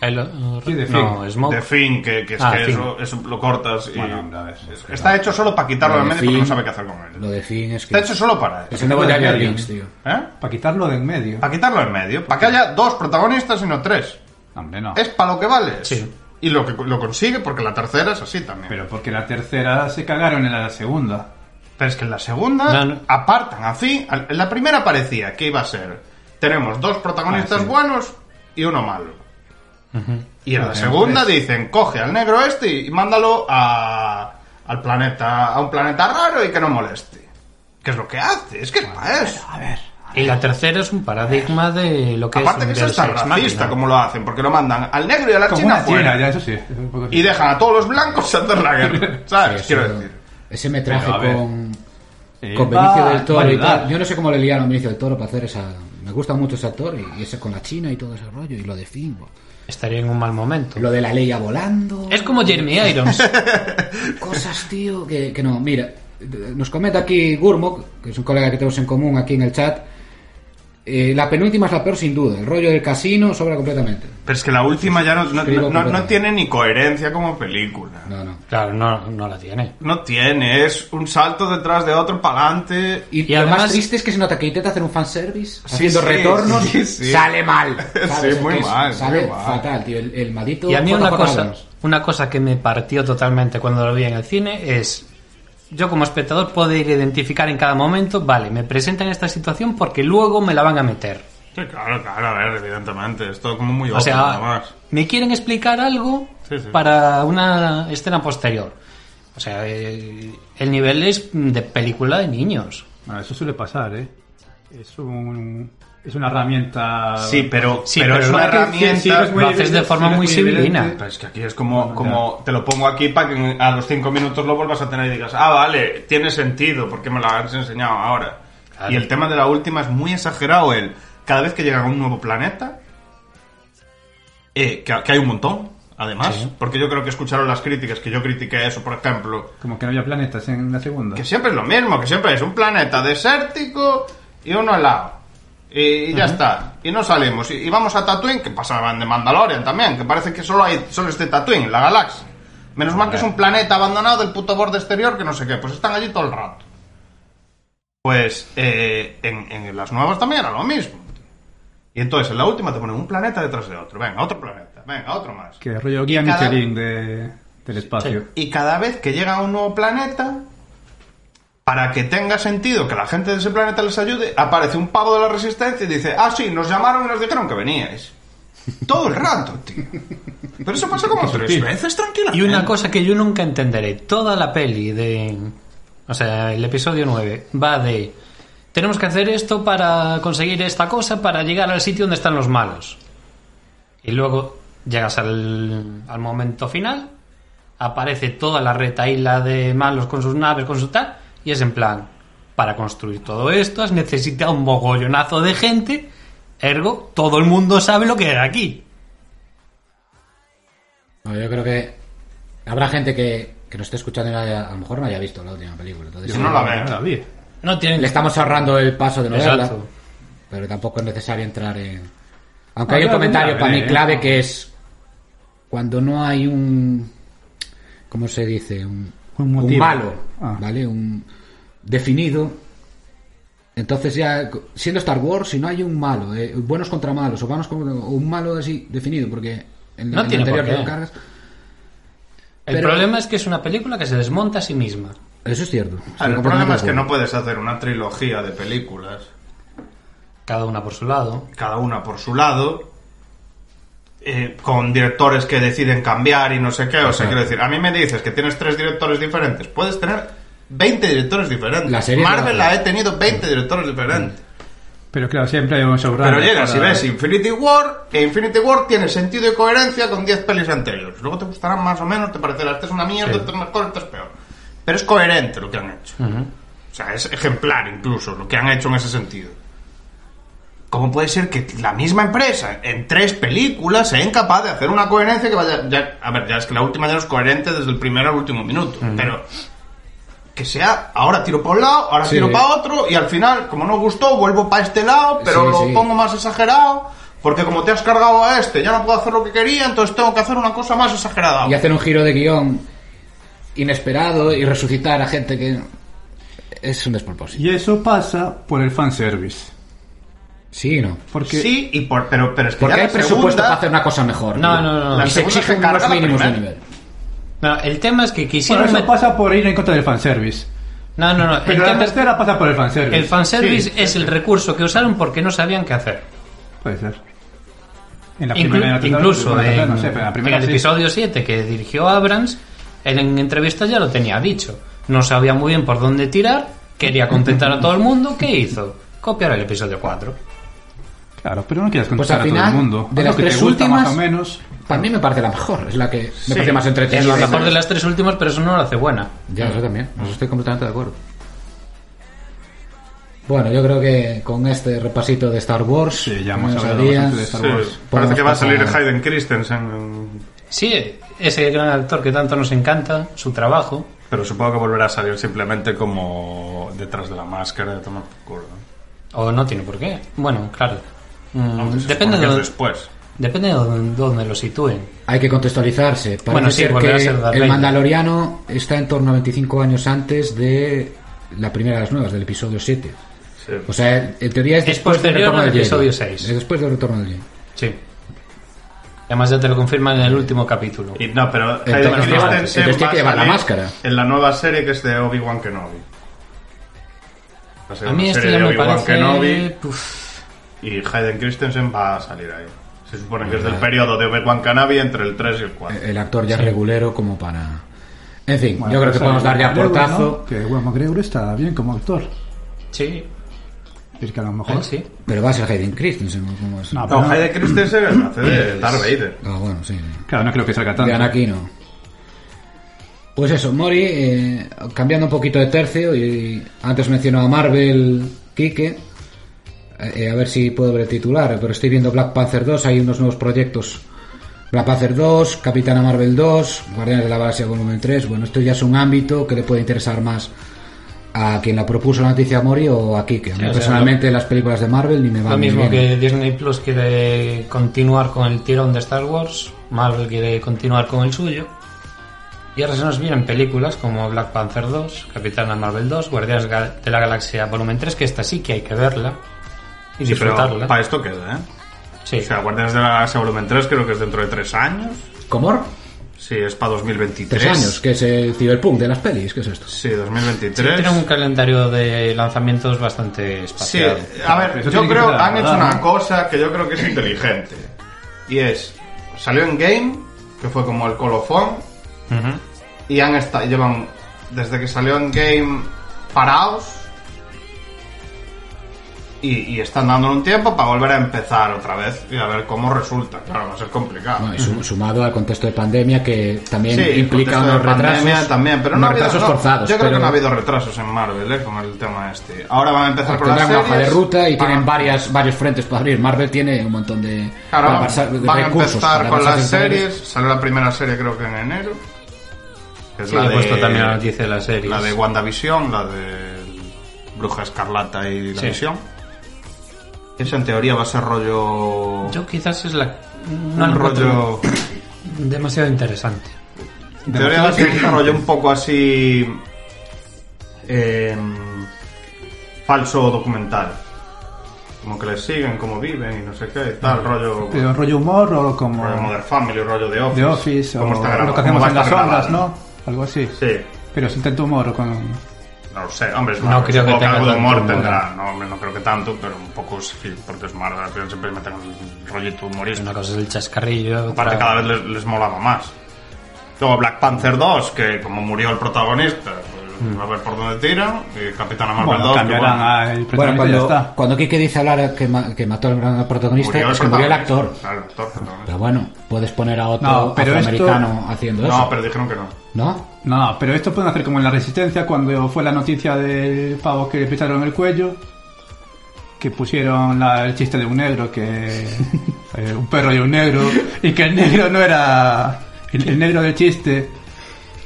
Speaker 3: Kylo-
Speaker 4: Sí, de
Speaker 3: eh, no,
Speaker 4: Finn.
Speaker 3: Smoke.
Speaker 2: de fin que, que es
Speaker 3: Ah,
Speaker 2: que
Speaker 3: Finn.
Speaker 2: eso, eso lo cortas y
Speaker 4: Bueno, hombre, a ver, es que
Speaker 2: está hecho solo para quitarlo
Speaker 1: Lo
Speaker 2: de
Speaker 1: de
Speaker 2: medio porque no
Speaker 1: Finn-
Speaker 2: sabe qué hacer con él
Speaker 1: Lo de Finn es que.
Speaker 2: Está hecho solo para
Speaker 1: Es
Speaker 2: eso.
Speaker 1: el nuevo
Speaker 4: Lo de
Speaker 1: Jar Jar
Speaker 4: Jar Jar.
Speaker 1: Binks, tío.
Speaker 2: ¿Eh?
Speaker 4: Para quitarlo de en
Speaker 2: Ah.
Speaker 4: medio.
Speaker 2: Para quitarlo en medio. Para que haya dos protagonistas y no tres.
Speaker 4: Hombre, no.
Speaker 2: Es para lo que vale.
Speaker 3: Sí.
Speaker 2: y lo que lo consigue porque la tercera es así también. Pero,
Speaker 4: Pero porque la tercera se cagaron en la segunda.
Speaker 2: es que en la segunda
Speaker 3: No, no.
Speaker 2: apartan así. al- En la primera parecía que iba a ser. Tenemos dos protagonistas
Speaker 4: Ah, sí.
Speaker 2: buenos y uno malo. Y en la
Speaker 4: Vale,
Speaker 2: segunda
Speaker 4: pues.
Speaker 2: dicen, coge al negro este y mándalo a, al planeta, a un planeta raro y que no moleste. ¿Qué es lo que hace? Es que es para eso.
Speaker 4: A ver.
Speaker 3: Y la tercera es un paradigma de lo que
Speaker 2: Aparte que
Speaker 3: es
Speaker 2: eso
Speaker 3: un
Speaker 2: es tan
Speaker 3: Deus Ex
Speaker 2: racista
Speaker 3: Machina.
Speaker 2: como lo hacen, porque lo mandan al negro y a la
Speaker 4: Como
Speaker 2: china
Speaker 4: una
Speaker 2: fuera.
Speaker 4: china, ya, eso sí. es un poco
Speaker 2: y dejan a todos los blancos a hacer la guerra. ¿Sabes?
Speaker 1: Eso-
Speaker 2: Ah, Quiero decir.
Speaker 1: Ese metraje
Speaker 4: Pero, a ver.
Speaker 1: con,
Speaker 3: Eh,
Speaker 4: Sí.
Speaker 1: con
Speaker 4: Va-
Speaker 1: Benicio del Toro y
Speaker 4: variedad.
Speaker 1: tal. Yo no sé cómo le liaron a Benicio del Toro para hacer esa. Me gusta mucho ese actor y, y ese con la China y todo ese rollo y lo de Finbo.
Speaker 3: Estaría en un mal momento.
Speaker 1: Lo de la ley volando.
Speaker 3: Es como Jeremy Irons.
Speaker 1: Cosas, tío, que, que no. Mira, nos comenta aquí Gurmok, que es un colega que tenemos en común aquí en el chat. eh, la penúltima es la peor, sin duda. El rollo del casino sobra completamente.
Speaker 2: Pero es que la última ya no, no-
Speaker 1: Suscribo
Speaker 2: no- no- no
Speaker 1: completamente.
Speaker 2: tiene ni coherencia como película.
Speaker 1: No, no.
Speaker 3: claro, no, no la tiene.
Speaker 2: No tiene, es un salto detrás de otro para adelante.
Speaker 1: Y,
Speaker 3: Y
Speaker 1: lo
Speaker 3: además-
Speaker 1: más triste es que se nota que intenta hacer un fanservice,
Speaker 2: Sí,
Speaker 1: haciendo
Speaker 2: sí,
Speaker 1: retornos,
Speaker 2: sí, sí.
Speaker 1: sale mal. ¿sabes?
Speaker 2: Sí, muy
Speaker 1: Es que es-
Speaker 2: mal, muy
Speaker 1: Sale
Speaker 2: mal.
Speaker 1: fatal, tío. El, el maldito.
Speaker 3: Y a mí una
Speaker 1: JJ
Speaker 3: cosa,
Speaker 1: Abrams.
Speaker 3: una cosa que me partió totalmente cuando lo vi en el cine es, yo como espectador puedo ir a identificar en cada momento, vale, me presentan esta situación porque luego me la van a meter.
Speaker 2: Sí, claro, claro, a ver, evidentemente. Es todo como muy
Speaker 3: O
Speaker 2: obvio, nada
Speaker 3: sea,
Speaker 2: más.
Speaker 3: me quieren explicar algo
Speaker 2: Sí, sí.
Speaker 3: para una escena posterior. O sea, eh, el nivel es de película de niños.
Speaker 4: Ah, eso suele pasar, ¿eh? Es, un, es una herramienta.
Speaker 2: Sí, pero,
Speaker 3: Sí,
Speaker 2: pero,
Speaker 3: pero
Speaker 2: es
Speaker 3: no
Speaker 2: una
Speaker 3: hay que decir
Speaker 2: herramienta.
Speaker 4: si eres muy
Speaker 3: lo haces de
Speaker 4: evidente,
Speaker 3: forma
Speaker 4: si eres
Speaker 3: muy
Speaker 4: evidente.
Speaker 3: sibilina.
Speaker 2: Pero es que aquí es como, como te lo pongo aquí para que a los cinco minutos lo vuelvas a tener y digas, ah, vale, tiene sentido, porque me lo has enseñado ahora.
Speaker 3: Claro.
Speaker 2: Y el tema de la última es muy exagerado, el cada vez que llegan a un nuevo planeta, eh, que, que hay un montón, además,
Speaker 3: Sí.
Speaker 2: porque yo creo que escucharon las críticas, que yo critiqué eso, por ejemplo,
Speaker 4: Como que no había planetas en la segunda.
Speaker 2: que siempre es lo mismo, que siempre es un planeta desértico y uno al lado. Y, y ya está. Y no salimos. Y, y vamos a Tatooine, que pasaban de Mandalorian también, que parece que solo hay solo este Tatooine en la galaxia. Menos mal que es un planeta abandonado del puto borde exterior que no sé qué, pues están allí todo el rato. Pues eh, en, en las nuevas también era lo mismo. Y entonces en la última te ponen un planeta detrás de otro. Venga, otro planeta. Venga, otro más.
Speaker 4: Que rollo guía
Speaker 2: Cada-
Speaker 4: Michelin de, del espacio.
Speaker 2: Y cada vez que llega a un nuevo planeta, para que tenga sentido que la gente de ese planeta les ayude, aparece un pavo de la resistencia y dice, ah, sí, nos llamaron y nos dijeron que veníais. Todo el rato, tío. Pero eso pasa como tres
Speaker 4: sutil.
Speaker 2: veces, tranquila.
Speaker 3: Y una cosa que yo nunca entenderé, toda la peli de... O sea, el episodio 9 va de... Tenemos que hacer esto para conseguir esta cosa, para llegar al sitio donde están los malos. Y luego llegas al, al momento final, aparece toda la retaíla de malos con sus naves, con su tal, y es en plan, para construir todo esto has necesitado un mogollonazo de gente, ergo, todo el mundo sabe lo que hay aquí.
Speaker 1: No, yo creo que habrá gente que, que nos esté escuchando y no haya- a lo mejor no haya visto la última película. Entonces,
Speaker 2: Yo no la veo.
Speaker 4: No la vi.
Speaker 3: No tienen
Speaker 1: Le estamos ahorrando el paso de no
Speaker 3: Exacto.
Speaker 1: verla, pero tampoco es necesario entrar en... Aunque
Speaker 4: No,
Speaker 1: hay un
Speaker 4: yo algún día
Speaker 1: comentario
Speaker 4: la
Speaker 1: para mí
Speaker 4: veré,
Speaker 1: clave
Speaker 4: ¿no?
Speaker 1: que es cuando no hay un... ¿Cómo se dice? Un,
Speaker 4: Un motivo.
Speaker 1: malo,
Speaker 4: Ah.
Speaker 1: ¿vale? Un definido. Entonces ya, siendo Star Wars, si no hay un malo, eh, buenos contra malos, o, vanos contra- o un malo así definido, porque en
Speaker 3: No
Speaker 1: en
Speaker 3: tiene por
Speaker 1: anterior
Speaker 3: qué.
Speaker 1: que lo cargas,
Speaker 3: El
Speaker 1: Pero-
Speaker 3: problema es que es una película que se desmonta a sí misma.
Speaker 1: Eso es cierto.
Speaker 2: Ah,
Speaker 1: Estoy
Speaker 2: el problema es
Speaker 1: completamente
Speaker 2: que
Speaker 1: de
Speaker 2: no
Speaker 1: acuerdo.
Speaker 2: puedes hacer una trilogía de películas,
Speaker 3: Cada una por su lado.
Speaker 2: cada una por su lado, eh, con directores que deciden cambiar y no sé qué. O sea, quiero decir, a mí me dices que tienes tres directores diferentes, puedes tener 20 directores diferentes.
Speaker 1: La serie
Speaker 2: Marvel
Speaker 1: no la- Mm.
Speaker 2: la he tenido 20 directores diferentes.
Speaker 4: Pero claro, siempre hay un sobrado.
Speaker 2: Pero llegas
Speaker 4: para-
Speaker 2: y ves Infinity War, e Infinity War tiene sentido y coherencia con 10 pelis anteriores. Luego te gustarán más o menos, te parecerá, esta es una mierda,
Speaker 3: Sí.
Speaker 2: esta es mejor, esta es peor. Pero es coherente lo que han hecho. O sea, es ejemplar incluso lo que han hecho en ese sentido. ¿Cómo puede ser que la misma empresa en tres películas sea incapaz de hacer una coherencia que vaya... ya- a ver, ya es que la última ya no es coherente desde el primero al último minuto, pero que sea ahora tiro para un lado, ahora
Speaker 1: Sí.
Speaker 2: tiro para otro y al final, como no gustó, vuelvo para este lado, pero
Speaker 1: Sí,
Speaker 2: lo
Speaker 1: sí.
Speaker 2: pongo más exagerado, porque como te has cargado a este, ya no puedo hacer lo que quería, entonces tengo que hacer una cosa más exagerada.
Speaker 1: Y hacen un giro de guión inesperado y resucitar a gente que. Es un despropósito.
Speaker 4: Y eso pasa por el fanservice.
Speaker 1: Sí y no.
Speaker 4: Porque
Speaker 2: Sí, y por, pero, pero es que
Speaker 1: Porque
Speaker 2: ya
Speaker 1: hay
Speaker 2: la
Speaker 1: presupuesto
Speaker 2: segunda-
Speaker 1: para hacer una cosa mejor.
Speaker 3: No,
Speaker 1: tío.
Speaker 3: no, no, no.
Speaker 1: Y se
Speaker 2: La segunda
Speaker 1: exigen
Speaker 2: se carga
Speaker 1: unos
Speaker 2: la
Speaker 1: mínimos de
Speaker 2: primera.
Speaker 1: nivel.
Speaker 3: No, el tema es que
Speaker 4: bueno,
Speaker 3: quisieron...
Speaker 4: eso
Speaker 3: met-
Speaker 4: pasa por ir en contra del fanservice.
Speaker 3: No, no, no. El
Speaker 4: Pero la
Speaker 3: tema es que
Speaker 4: tercera pasa por el fanservice.
Speaker 3: el fanservice
Speaker 2: Sí,
Speaker 3: es el recurso que usaron porque no sabían qué hacer.
Speaker 4: Puede ser. En la
Speaker 3: Inclu-
Speaker 4: primera y en la tercera,
Speaker 3: incluso
Speaker 4: en la tercera,
Speaker 3: en,
Speaker 4: no sé, pero en la primera
Speaker 3: en el
Speaker 4: sí.
Speaker 3: episodio 7 que dirigió Abrams, él en entrevistas ya lo tenía dicho. No sabía muy bien por dónde tirar, quería contentar a todo el mundo. ¿Qué hizo? Copiar el episodio 4.
Speaker 4: Claro, pero no quieras
Speaker 1: Pues al
Speaker 4: contar a todo
Speaker 1: final,
Speaker 4: el mundo.
Speaker 1: de
Speaker 4: Haz
Speaker 1: las
Speaker 4: lo que
Speaker 1: tres
Speaker 4: te gusta
Speaker 1: últimas-
Speaker 4: más o menos.
Speaker 1: Para mí me parece la mejor, es la que me
Speaker 2: Sí.
Speaker 1: parece más entretenida.
Speaker 3: Es la mejor de las tres últimas, pero eso no lo hace buena.
Speaker 1: Ya, yo también, pues estoy completamente de acuerdo. Bueno, yo creo que con este repasito de Star Wars,
Speaker 4: Sí, ya hemos
Speaker 1: nos
Speaker 4: hablado
Speaker 1: haría-
Speaker 4: bastante de Star
Speaker 2: Sí,
Speaker 4: Wars.
Speaker 2: parece
Speaker 1: Podemos
Speaker 2: que va a
Speaker 1: pasar-
Speaker 2: salir Hayden Christensen, en-
Speaker 3: Sí, ese gran actor que tanto nos encanta, su trabajo.
Speaker 2: pero supongo que volverá a salir simplemente como detrás de la máscara de tomar por culo.
Speaker 3: O no tiene por qué. Bueno, claro. Mm,
Speaker 2: Aunque se
Speaker 3: depende,
Speaker 2: supone que
Speaker 3: de,
Speaker 2: es
Speaker 3: dónde-
Speaker 2: después.
Speaker 3: depende de dónde- dónde lo sitúen.
Speaker 1: Hay que contextualizarse. Parece
Speaker 3: Bueno, sí,
Speaker 1: ser
Speaker 3: volverá a ser Darth
Speaker 1: que el
Speaker 3: Vader.
Speaker 1: Mandaloriano está en torno a 25 años antes de la primera de las nuevas, del episodio 7.
Speaker 2: Sí.
Speaker 1: O sea, en teoría es,
Speaker 3: Es
Speaker 1: después del
Speaker 3: posterior
Speaker 1: retorno
Speaker 3: al
Speaker 1: del Jedi.
Speaker 3: episodio seis.
Speaker 1: Es después del retorno del Jedi.
Speaker 3: Sí. Además ya te lo confirman en el último capítulo.
Speaker 2: Y no, pero
Speaker 1: Entonces,
Speaker 2: Hayden
Speaker 1: bueno,
Speaker 2: Christensen
Speaker 1: entonces tiene
Speaker 2: va
Speaker 1: que
Speaker 2: a
Speaker 1: llevar la
Speaker 2: salir
Speaker 1: máscara.
Speaker 2: En la nueva serie que es de Obi-Wan Kenobi. Va ser
Speaker 3: A
Speaker 2: una
Speaker 3: mí este
Speaker 2: serie
Speaker 3: ya
Speaker 2: de
Speaker 3: me
Speaker 2: Obi-Wan
Speaker 3: parece...
Speaker 2: Kenobi
Speaker 3: Uf.
Speaker 2: y Hayden Christensen va a salir ahí. Se supone que es del periodo de Obi-Wan Kenobi entre el 3 y el 4.
Speaker 1: El actor ya regulero como para... En fin,
Speaker 4: Bueno,
Speaker 1: yo creo que
Speaker 4: pues
Speaker 1: podemos
Speaker 4: a
Speaker 1: dar ya
Speaker 4: McGregor,
Speaker 1: portazo.
Speaker 4: ¿no? Que bueno, McGregor está bien como actor.
Speaker 3: Sí,
Speaker 4: Es que a lo
Speaker 3: eh,
Speaker 4: mejor.
Speaker 3: sí.
Speaker 1: Pero va a ser Hayden Christensen, eh, ¿no? ¿Cómo es?
Speaker 4: No, pero
Speaker 2: No,
Speaker 4: no-
Speaker 2: Hayden Christensen hace de Darth Vader.
Speaker 1: Ah, bueno, sí. sí.
Speaker 4: Claro, no creo que salga
Speaker 1: De
Speaker 4: tanto.
Speaker 1: Anaquino. Pues eso, Mori, eh, cambiando un poquito de tercio, y antes mencionó a Marvel, Kike, Eh, eh, a ver si puedo ver el titular, pero estoy viendo Black Panther 2, hay unos nuevos proyectos. Black Panther 2, Capitana Marvel 2, Guardianes de la Galaxia Volumen 3, bueno, esto ya es un ámbito que le puede interesar más a quien la propuso la noticia a Mori o a Kike. A mí
Speaker 3: o sea,
Speaker 1: personalmente las películas de Marvel ni me van
Speaker 3: Lo
Speaker 1: ni
Speaker 3: mismo
Speaker 1: vienen.
Speaker 3: que Disney Plus quiere continuar con el tirón de Star Wars, Marvel quiere continuar con el suyo. Y ahora se nos vienen películas como Black Panther 2, Capitana Marvel 2, Guardianes Gal- de la Galaxia Volumen 3, que esta sí que hay que verla y
Speaker 2: Sí, pero
Speaker 3: disfrutarla.
Speaker 2: para esto queda, ¿eh?
Speaker 3: sí.
Speaker 2: O sea, Guardianes de la Galaxia Volumen 3 creo que es dentro de 3 años.
Speaker 1: ¿Comor?
Speaker 2: Sí, es para
Speaker 1: Tres
Speaker 2: 2023.
Speaker 1: años, que es el ciberpunk de las pelis, ¿qué es esto?
Speaker 2: Sí,
Speaker 3: Sí,
Speaker 2: 2023.
Speaker 3: tiene un calendario de lanzamientos bastante
Speaker 2: Sí,
Speaker 3: espaciado.
Speaker 2: a ver,
Speaker 4: Eso
Speaker 2: yo
Speaker 4: tiene que
Speaker 2: creo
Speaker 4: ser la
Speaker 2: han hecho
Speaker 4: verdad,
Speaker 2: una
Speaker 4: ¿no?
Speaker 2: cosa que yo creo que es inteligente. Y es, salió en Game, que fue como el colofón,
Speaker 3: Ujú.
Speaker 2: y han estado, llevan, desde que salió en Game, parados. Y, y están dando un tiempo para volver a empezar otra vez y a ver cómo resulta. Claro, va a ser complicado.
Speaker 1: Bueno, y su- sumado al contexto de pandemia que también
Speaker 2: Sí,
Speaker 1: implica
Speaker 2: contexto de
Speaker 1: unos retrasos,
Speaker 2: pandemia también, pero no ha
Speaker 1: unos
Speaker 2: habido,
Speaker 1: retrasos
Speaker 2: no,
Speaker 1: forzados.
Speaker 2: Yo creo
Speaker 1: pero
Speaker 2: que no ha habido retrasos en Marvel eh, con el tema este. Ahora van a empezar con
Speaker 1: Pues tendrán
Speaker 2: las
Speaker 1: una hoja de
Speaker 2: series,
Speaker 1: ruta y
Speaker 2: van-
Speaker 1: tienen varias, varios frentes para abrir. Marvel tiene un montón de,
Speaker 2: Claro,
Speaker 1: para pasar- de
Speaker 2: van a
Speaker 1: recursos
Speaker 2: empezar
Speaker 1: para
Speaker 2: con
Speaker 1: pasar
Speaker 2: las
Speaker 1: centrales.
Speaker 2: series. Salió la primera serie creo que en enero. Que es
Speaker 3: Sí,
Speaker 2: la
Speaker 3: he
Speaker 2: de,
Speaker 3: puesto también la noticia de la serie.
Speaker 2: la de WandaVision, la de Bruja Escarlata y la
Speaker 3: Sí.
Speaker 2: Visión. Esa en teoría va a ser rollo...
Speaker 3: Yo quizás es la... No
Speaker 2: un
Speaker 3: la encuentro
Speaker 2: rollo...
Speaker 3: demasiado interesante.
Speaker 2: En teoría va a ser un rollo un poco así... eh, falso documental. Como que les siguen, cómo viven y no sé qué, y tal, rollo...
Speaker 4: Pero rollo humor o como.
Speaker 2: rollo Modern Family, rollo de Office.
Speaker 4: The Office
Speaker 2: cómo
Speaker 4: o
Speaker 2: está grabado,
Speaker 4: lo que
Speaker 2: cómo
Speaker 4: hacemos
Speaker 2: va a
Speaker 4: en las
Speaker 2: estar
Speaker 4: ondas,
Speaker 2: grabado.
Speaker 4: ¿no? Algo así.
Speaker 2: Sí,
Speaker 4: Pero sin tanto humor o con.
Speaker 2: no lo sé, hombre, es
Speaker 3: No
Speaker 2: Marvel,
Speaker 3: creo que
Speaker 2: supongo
Speaker 3: tenga
Speaker 2: algo de
Speaker 3: tanto
Speaker 2: humor
Speaker 3: humor.
Speaker 2: tendrá, no, hombre, no creo que tanto, pero un poco sí, porque es Marvel, al final siempre meten un rollito
Speaker 3: Una
Speaker 2: humorístico.
Speaker 3: cosa es el chascarrillo.
Speaker 2: Aparte
Speaker 3: otra-
Speaker 2: cada vez les, les molaba más. Luego Black Panther 2, que como murió el protagonista, pues, a ver por dónde tiran, y Capitana Marvel
Speaker 4: Bueno,
Speaker 2: 2, que,
Speaker 4: cambiarán
Speaker 2: bueno,
Speaker 4: al
Speaker 1: Bueno,
Speaker 4: protagonista y ya
Speaker 1: cuando,
Speaker 4: está.
Speaker 1: cuando Kike dice hablar que, ma- que mató al gran protagonista,
Speaker 2: murió el
Speaker 1: es que murió el
Speaker 2: protagonista.
Speaker 1: actor.
Speaker 2: Claro, el actor, protagonista.
Speaker 1: Pero bueno, puedes poner a otro
Speaker 4: No, pero esto-
Speaker 1: afroamericano haciendo
Speaker 2: No,
Speaker 1: eso.
Speaker 2: pero dijeron que no.
Speaker 1: ¿No?
Speaker 4: No, pero esto pueden hacer como en la Resistencia, cuando fue la noticia del pavo que le pisaron el cuello, que pusieron la- el chiste de un negro, que eh, un perro y un negro, y que el negro no era el, el negro del chiste,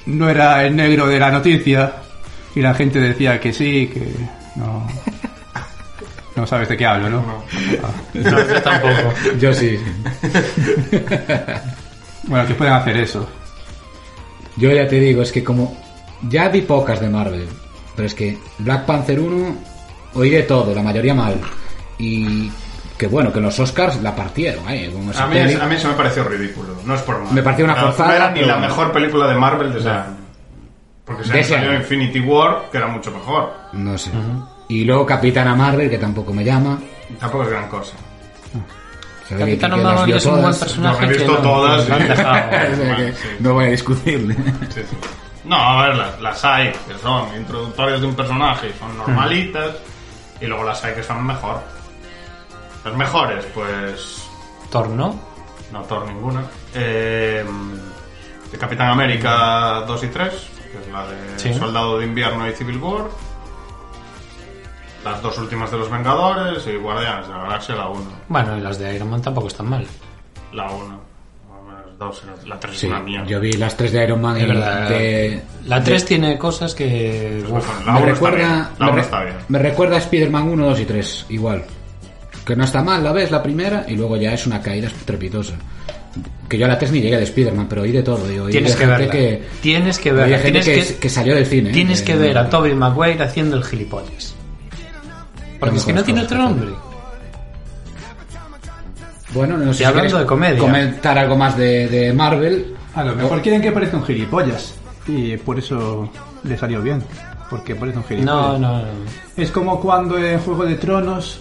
Speaker 4: no era el negro de la noticia, y la gente decía que sí, que no, no sabes de qué hablo, ¿no?
Speaker 3: No, yo tampoco.
Speaker 1: Yo sí.
Speaker 4: Bueno, que pueden hacer eso.
Speaker 1: Yo ya te digo, es que como ya vi pocas de Marvel, pero es que Black Panther 1 oí de todo, la mayoría mal. Y que bueno, que en los Oscars la partieron ahí. con esa
Speaker 2: A mí,
Speaker 1: Pues peli.
Speaker 2: es- a mí eso me pareció ridículo, no es por mal.
Speaker 1: Me pareció una
Speaker 2: No,
Speaker 1: forzada,
Speaker 2: No era ni
Speaker 1: pero
Speaker 2: la
Speaker 1: bueno.
Speaker 2: mejor película de Marvel de ese año. Porque se
Speaker 1: De
Speaker 2: me
Speaker 1: ese
Speaker 2: salió
Speaker 1: año.
Speaker 2: Infinity War, que era mucho mejor.
Speaker 1: No sé. Y luego Capitana Marvel, que tampoco me llama.
Speaker 2: Tampoco es gran cosa.
Speaker 1: Se ve que
Speaker 3: Capitán
Speaker 1: Quique las
Speaker 3: Marvel
Speaker 1: vio
Speaker 3: es un buen
Speaker 1: todas.
Speaker 3: personaje.
Speaker 2: Yo me he
Speaker 3: que
Speaker 2: visto
Speaker 3: no-
Speaker 2: todas,
Speaker 3: no han
Speaker 2: sí.
Speaker 1: O
Speaker 3: dejado.
Speaker 1: sea que
Speaker 2: Sí.
Speaker 1: no voy a discutirle.
Speaker 2: Sí, sí. No, a ver, las, las hay, que son introductorias de un personaje y
Speaker 1: Hmm.
Speaker 2: son normalitas. Y luego las hay que son mejor. Las mejores, pues.
Speaker 3: Torno.
Speaker 2: No, Thor ninguna. Eh, de Capitán América 2 y 3, que es la de
Speaker 3: Sí.
Speaker 2: Soldado de Invierno y Civil War. Las dos últimas de los Vengadores y Guardianes de la Galaxia, la 1.
Speaker 3: Bueno, y las de Iron Man tampoco están mal.
Speaker 2: La 1. Bueno, las dos, la- La 3 es
Speaker 1: Sí,
Speaker 2: una mierda.
Speaker 1: yo vi las tres de Iron Man y
Speaker 3: Es verdad.
Speaker 1: de-
Speaker 3: La 3 tiene cosas que.
Speaker 2: Pero
Speaker 3: uf,
Speaker 2: bueno, la
Speaker 1: Me
Speaker 2: 1 está
Speaker 1: recuerda,
Speaker 2: bien. La
Speaker 1: me
Speaker 2: 1
Speaker 1: re-
Speaker 2: está bien.
Speaker 1: me recuerda a Spider-Man 1, 2 y 3, igual. Que no está mal, la ves la primera y luego ya es una caída estrepitosa. Que yo a la 3 ni llegué de Spider-Man, pero oí de todo. Digo, oí
Speaker 3: Tienes
Speaker 1: de
Speaker 3: que
Speaker 1: gente
Speaker 3: verla.
Speaker 1: Que,
Speaker 3: Tienes que
Speaker 1: oí de
Speaker 3: verla.
Speaker 1: gente
Speaker 3: Tienes
Speaker 1: que,
Speaker 3: que,
Speaker 1: que salió del cine. ¿eh?
Speaker 3: tienes
Speaker 1: Eh,
Speaker 3: que ver a Toby Maguire haciendo el gilipollas. Porque es que no tiene otro nombre.
Speaker 1: Bueno, no sé si
Speaker 3: hablando
Speaker 1: quieres
Speaker 3: de comedia.
Speaker 1: Comentar algo más de, de Marvel.
Speaker 4: A lo mejor quieren que parezca un gilipollas. Y por eso le salió bien. Porque parece un gilipollas.
Speaker 3: No, no, no.
Speaker 4: Es como cuando en Juego de Tronos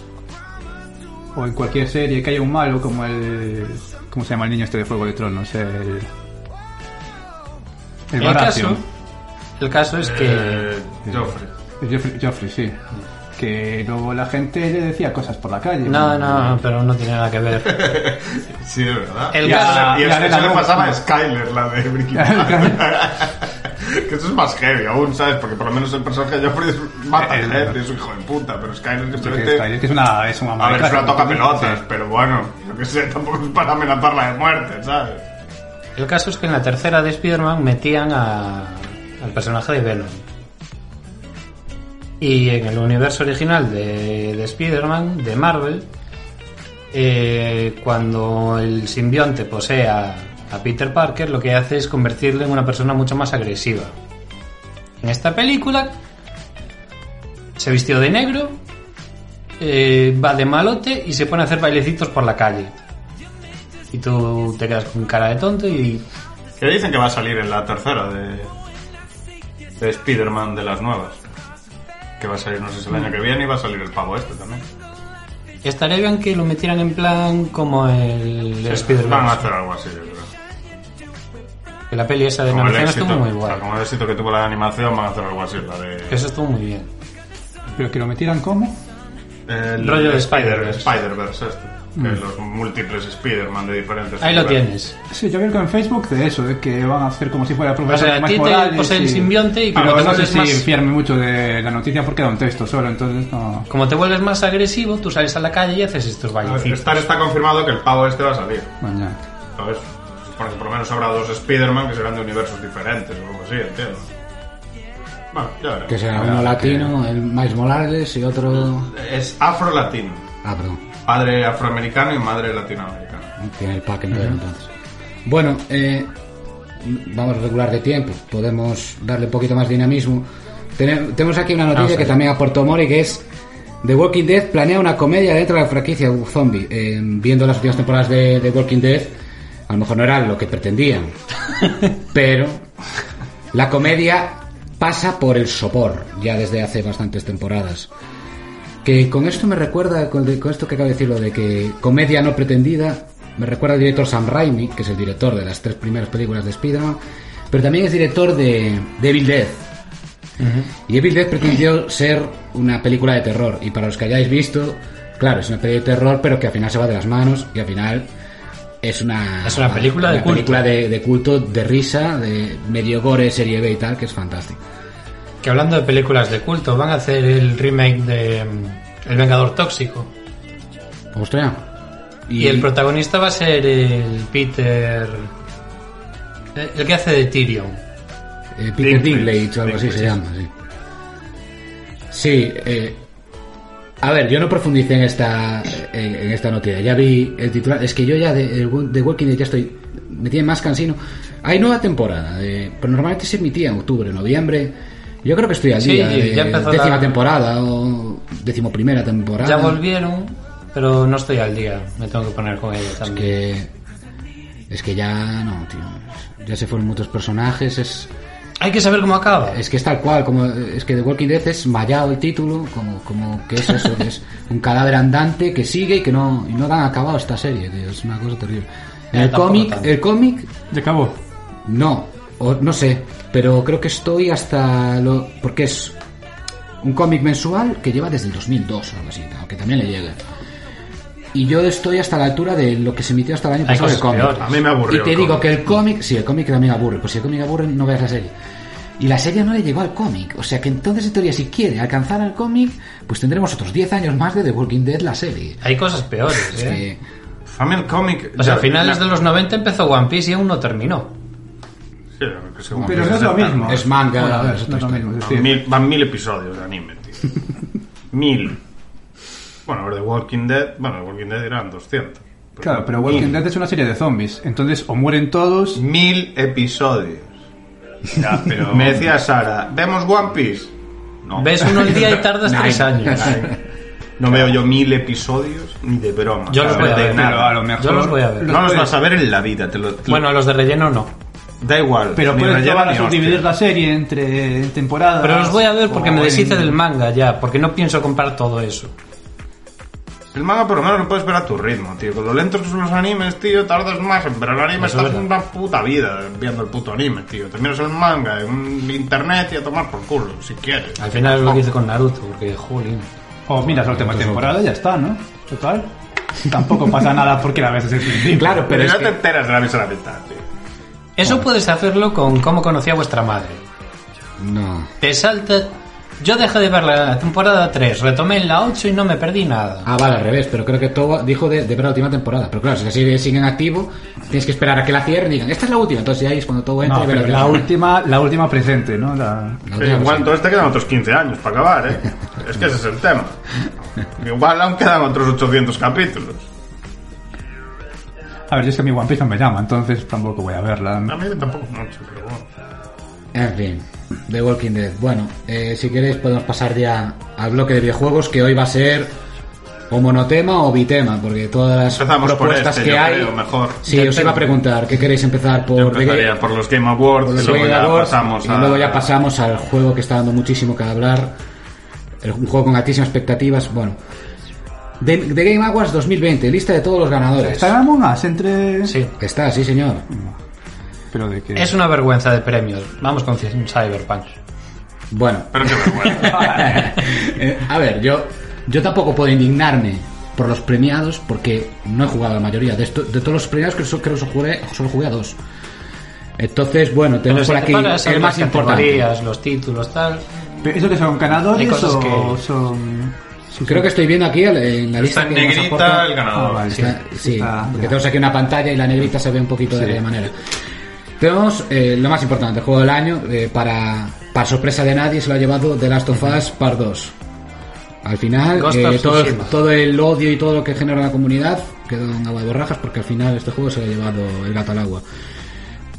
Speaker 4: o en cualquier serie que haya un malo como el... ¿Cómo se llama el niño este de Juego de Tronos? El... El
Speaker 3: El caso,
Speaker 4: Baratheon.
Speaker 3: el caso es que.
Speaker 2: Eh, Joffrey.
Speaker 4: El Joffrey, Joffrey, sí. Que luego la gente le decía cosas por la calle.
Speaker 3: No, no, pero no tiene nada que ver.
Speaker 2: Sí, es verdad.
Speaker 3: El
Speaker 2: y eso-
Speaker 3: caso-
Speaker 2: y
Speaker 4: la
Speaker 2: eso,
Speaker 4: de
Speaker 2: eso
Speaker 4: la
Speaker 2: le
Speaker 4: luz,
Speaker 2: pasaba
Speaker 4: ¿no?
Speaker 2: a Skyler, la de Breaking Bad. que eso es más heavy aún, ¿sabes? Porque por lo menos el personaje de Joffrey es- mata
Speaker 4: Eh,
Speaker 2: gente, es un hijo de puta. Pero Skyler
Speaker 4: Porque
Speaker 2: simplemente...
Speaker 4: es, que es una... Es una
Speaker 2: A ver, es una toca pelotas,
Speaker 4: Sí.
Speaker 2: pero bueno, yo que sé, tampoco es para amenazarla de muerte, ¿sabes?
Speaker 3: El caso es que en la tercera de Spider-Man metían a- al personaje de Venom. Y en el universo original de, de Spider-Man, de Marvel, eh, cuando el simbionte posee a, a Peter Parker, lo que hace es convertirle en una persona mucho más agresiva. En esta película se vistió de negro, eh, va de malote y se pone a hacer bailecitos por la calle. Y tú te quedas con cara de tonto y
Speaker 2: Que dicen que va a salir en la tercera de, de Spider-Man de las nuevas. Que va a salir, no sé si el año que viene, y va a salir el pavo este también.
Speaker 3: Estaría bien que lo metieran en plan como el
Speaker 2: Sí, Van a
Speaker 3: Spider-Man.
Speaker 2: hacer algo así, yo creo.
Speaker 3: Que la peli esa de
Speaker 2: Como el
Speaker 3: animación
Speaker 2: éxito,
Speaker 3: estuvo muy
Speaker 2: o sea,
Speaker 3: guay.
Speaker 2: como el éxito que tuvo la animación, van a hacer algo así, la de...
Speaker 3: Que eso estuvo muy bien.
Speaker 4: Pero que lo metieran como...
Speaker 2: El
Speaker 3: Rollo de
Speaker 2: Spider-
Speaker 3: Spider-Verse. Mm.
Speaker 2: Spider-Verse este. Que los múltiples Spider-Man de diferentes...
Speaker 3: Ahí lo
Speaker 2: universos.
Speaker 3: tienes.
Speaker 4: Sí, yo vi algo en Facebook de eso, de que van a hacer como si fuera
Speaker 3: O
Speaker 4: profesor
Speaker 3: sea, a
Speaker 4: Miles
Speaker 3: ti te
Speaker 4: Morales
Speaker 3: posee el
Speaker 4: y-
Speaker 3: simbionte y como
Speaker 4: Pero
Speaker 3: te
Speaker 4: no sé
Speaker 3: vuelves
Speaker 4: si
Speaker 3: más...
Speaker 4: fiarme mucho de la noticia porque era un texto solo, entonces no...
Speaker 3: Como te vuelves más agresivo, tú sales a la calle y haces estos
Speaker 2: A ver,
Speaker 3: bailecitos.
Speaker 2: Star está confirmado que el pavo este va a salir.
Speaker 4: Mañana.
Speaker 2: ¿Sabes? Se supone que por lo menos habrá dos Spider-Man que serán de universos diferentes o algo así, entiendo. Bueno, ya veremos.
Speaker 1: Que será
Speaker 3: Ah,
Speaker 1: uno latino, el Miles Morales y otro...
Speaker 2: Es afro-latino.
Speaker 1: Ah, perdón.
Speaker 2: Padre afroamericano y madre latinoamericana.
Speaker 1: Tiene el pack entero, entonces. Bueno, eh, vamos regular de tiempo. Podemos darle un poquito más dinamismo. Tene- Tenemos aquí una noticia que también aportó Mori, que es The Walking Dead planea una comedia dentro de la franquicia Zombie. Eh, viendo las últimas temporadas de The Walking Dead, a lo mejor no era lo que pretendían. pero la comedia pasa por el sopor ya desde hace bastantes temporadas. Que con esto me recuerda, con, de- con esto que acabo de decir, lo de que comedia no pretendida, me recuerda al director Sam Raimi, que es el director de las tres primeras películas de Spider-Man, pero también es director de, de Evil Dead. Y Evil Dead pretendió ser una película de terror, y para los que hayáis visto, claro, es una peli de terror, pero que al final se va de las manos, y al final es una,
Speaker 3: Es una película de
Speaker 1: una
Speaker 3: culto.
Speaker 1: película de, de culto, de risa, de medio gore, serie B y tal, que es fantástico.
Speaker 3: Que hablando de películas de culto, van a hacer el remake de mm, El Vengador Tóxico.
Speaker 1: Ostras.
Speaker 3: Y, el protagonista va a ser el Peter... eh, El que hace de Tyrion.
Speaker 1: Eh, Peter
Speaker 2: Dinklage,
Speaker 1: Dinklage o algo
Speaker 3: pues
Speaker 1: así se
Speaker 2: Dinklage.
Speaker 1: llama, sí. Sí, eh, a ver, yo no profundicé en esta en, en esta noticia. Ya vi el titular. Es que yo ya de, de Wo- de Walking Dead ya estoy. Me tiene más cansino. Hay nueva temporada, de- pero normalmente se emitía en octubre, noviembre. Yo creo que estoy al
Speaker 3: Sí,
Speaker 1: día.
Speaker 3: ya
Speaker 1: de
Speaker 3: empezó
Speaker 1: décima
Speaker 3: la-
Speaker 1: temporada o decimoprimera temporada.
Speaker 3: Ya volvieron pero no estoy al día. Me tengo que poner con ella
Speaker 1: Es
Speaker 3: también.
Speaker 1: que, es que ya no, tío. Ya se fueron muchos personajes. Es,
Speaker 3: Hay que saber cómo acaba.
Speaker 1: es que es tal cual. como Es que The Walking Dead es mallado el título. Como, como que es eso. que es un cadáver andante que sigue y que no, y no dan acabado esta serie. tío, es una cosa terrible. En
Speaker 3: Eh,
Speaker 1: el
Speaker 3: tampoco
Speaker 1: cómic,
Speaker 3: tanto.
Speaker 1: el cómic
Speaker 4: Ya acabó.
Speaker 1: No, o- no sé, pero creo que estoy hasta lo... porque es un cómic mensual que lleva desde el 2002 o algo así, aunque también le llegue. Y yo estoy hasta la altura de lo que se emitió hasta el año
Speaker 3: Hay
Speaker 1: pasado de
Speaker 3: cosas
Speaker 1: cómic.
Speaker 3: peores.
Speaker 2: A mí me aburrió.
Speaker 1: Y te
Speaker 2: el
Speaker 1: digo
Speaker 2: cómic.
Speaker 1: que el cómic, sí, el cómic también aburre, pues si el cómic aburre no veas la serie. Y la serie no le llegó al cómic, o sea que entonces en teoría si quiere alcanzar al cómic, pues tendremos otros 10 años más de The Walking Dead la serie.
Speaker 3: Hay cosas peores,
Speaker 1: Es que-
Speaker 3: ¿eh?
Speaker 2: A mí el cómic.
Speaker 3: O sea, a
Speaker 2: ya-
Speaker 3: finales
Speaker 2: ya-
Speaker 3: de los 90 empezó One Piece y aún no terminó.
Speaker 2: Sí, lo que se llama
Speaker 4: Pero no es
Speaker 2: Piece
Speaker 4: lo
Speaker 2: of
Speaker 4: mismo.
Speaker 1: Es manga,
Speaker 4: Bueno, a ver,
Speaker 1: es
Speaker 4: no
Speaker 1: otra
Speaker 4: es
Speaker 1: historia.
Speaker 4: lo mismo. es
Speaker 2: Van
Speaker 4: decir,
Speaker 2: mil, van mil episodios de anime, tío. mil. Bueno, pero de Walking Dead, bueno, de Walking Dead eran 200.
Speaker 4: Claro, pero Walking
Speaker 2: mil.
Speaker 4: Dead es una serie de zombies. Entonces, o mueren todos.
Speaker 2: Mil episodios. Ya, pero me decía Sara, ¿vemos One Piece? No.
Speaker 3: Ves uno el día y tardas
Speaker 1: Nine.
Speaker 3: tres años.
Speaker 2: No veo yo mil episodios ni de broma.
Speaker 3: Yo los
Speaker 2: Claro,
Speaker 3: voy a
Speaker 2: de
Speaker 3: ver,
Speaker 2: nada.
Speaker 4: pero a lo mejor.
Speaker 3: Yo los voy a ver.
Speaker 2: No los
Speaker 4: puedes-
Speaker 2: vas a ver en la vida, te lo, te lo-
Speaker 3: Bueno, los de relleno no.
Speaker 2: da igual.
Speaker 4: Pero
Speaker 2: ni
Speaker 4: puedes
Speaker 2: relleno
Speaker 4: llevar a
Speaker 2: ni
Speaker 4: subdividir
Speaker 2: hostia.
Speaker 4: la serie entre temporadas.
Speaker 3: Pero los voy a ver porque
Speaker 4: o
Speaker 3: me
Speaker 4: en-
Speaker 3: deshice del manga ya, porque no pienso comprar todo eso.
Speaker 2: El manga por lo menos lo puedes ver a tu ritmo, tío. Con lo lentos que son los animes, tío, tardas más en ver el anime.
Speaker 3: Eso es
Speaker 2: estás
Speaker 3: verdad.
Speaker 2: una puta vida viendo el puto anime, tío. Te miras el manga en internet y a tomar por culo, si quieres.
Speaker 3: Al final es lo que hice con Naruto, porque, jolín.
Speaker 4: O miras la última temporada y ya está, ¿no? Total. Tampoco pasa nada porque la ves desde el principio.
Speaker 1: Claro, pero
Speaker 2: Pero
Speaker 1: es
Speaker 2: no
Speaker 1: que-
Speaker 2: te enteras de la misa a la mitad, tío.
Speaker 3: Eso puedes hacerlo con cómo conocí a vuestra madre.
Speaker 1: No.
Speaker 3: Te salta... Yo dejé de ver la temporada 3, retomé en la 8 y no me perdí nada.
Speaker 1: Ah, vale, al revés, pero creo que todo dijo de, de ver la última temporada. Pero claro, si la serie sigue en activo, tienes que esperar a que la cierren y digan, esta es la última. Entonces ya ahí es cuando todo entra
Speaker 4: No,
Speaker 1: y ve
Speaker 4: pero la
Speaker 1: última.
Speaker 4: última, la última presente, ¿no? La...
Speaker 1: La
Speaker 2: Sí,
Speaker 1: última
Speaker 2: en
Speaker 1: versión.
Speaker 2: cuanto a este quedan otros 15 años para acabar, ¿eh? es que ese es el tema. Igual aún quedan otros 800 capítulos.
Speaker 4: A ver, yo es que mi One Piece no me llama, entonces tampoco voy a
Speaker 2: A
Speaker 4: verla.
Speaker 2: mí tampoco mucho, pero bueno.
Speaker 1: En fin, The Walking Dead. Bueno, eh, si queréis podemos pasar ya al bloque de videojuegos que hoy va a ser o monotema o bitema, porque todas las
Speaker 2: Empezamos por
Speaker 1: propuestas
Speaker 2: este,
Speaker 1: que
Speaker 2: yo
Speaker 1: hay...
Speaker 2: creo, mejor.
Speaker 1: Sí,
Speaker 3: Yo
Speaker 1: os iba a
Speaker 3: creo.
Speaker 1: preguntar, ¿qué queréis empezar por
Speaker 2: Yo
Speaker 1: The Game-
Speaker 2: empezaría por los Game Awards
Speaker 1: Los
Speaker 2: y luego
Speaker 1: Game
Speaker 2: ya
Speaker 1: Awards,
Speaker 2: pasamos
Speaker 1: y
Speaker 2: a...
Speaker 1: luego ya pasamos al juego que está dando muchísimo que hablar. El- Un juego con altísimas expectativas. Bueno, The, The Game Awards 2020, lista de todos los ganadores.
Speaker 4: ¿Está en Among Us entre...?
Speaker 3: Sí.
Speaker 1: Está, sí, señor.
Speaker 4: Pero de que...
Speaker 3: Es una vergüenza de premios. Vamos con Cyberpunk.
Speaker 1: Bueno,
Speaker 2: Pero qué vergüenza.
Speaker 1: eh, a ver, yo, yo tampoco puedo indignarme por los premiados porque no he jugado a la mayoría. De, esto- de todos los premiados que so- creo que so- jugué, solo jugué a dos. Entonces, bueno,
Speaker 3: Pero
Speaker 1: tenemos
Speaker 3: si
Speaker 1: por
Speaker 3: te
Speaker 1: aquí
Speaker 3: paras en
Speaker 1: el
Speaker 3: las
Speaker 1: más importante.
Speaker 3: categorías, los títulos, tal...
Speaker 4: ¿Pero ¿Eso que son
Speaker 3: Hay
Speaker 4: ganadores
Speaker 3: cosas
Speaker 4: o
Speaker 3: que-
Speaker 4: son...?
Speaker 1: Creo que estoy viendo aquí el- en la lista
Speaker 2: Está en
Speaker 1: que nos
Speaker 2: negrita
Speaker 1: aporta-
Speaker 2: el
Speaker 4: Ah,
Speaker 2: ganador.
Speaker 4: vale,
Speaker 1: Sí,
Speaker 4: está-
Speaker 1: sí,
Speaker 4: está-
Speaker 1: porque
Speaker 4: ya.
Speaker 1: tenemos aquí una pantalla y la negrita se ve un poquito de aquella manera. Tenemos eh, lo más importante, el juego del año, eh, para, para sorpresa de nadie, se lo ha llevado The Last of Us Part 2. Al final,
Speaker 3: Ghost
Speaker 1: eh,
Speaker 3: of
Speaker 1: todo, el,
Speaker 3: Tsushima.
Speaker 1: todo el odio y todo lo que genera la comunidad quedó en agua de borrajas porque al final este juego se lo ha llevado el gato al agua.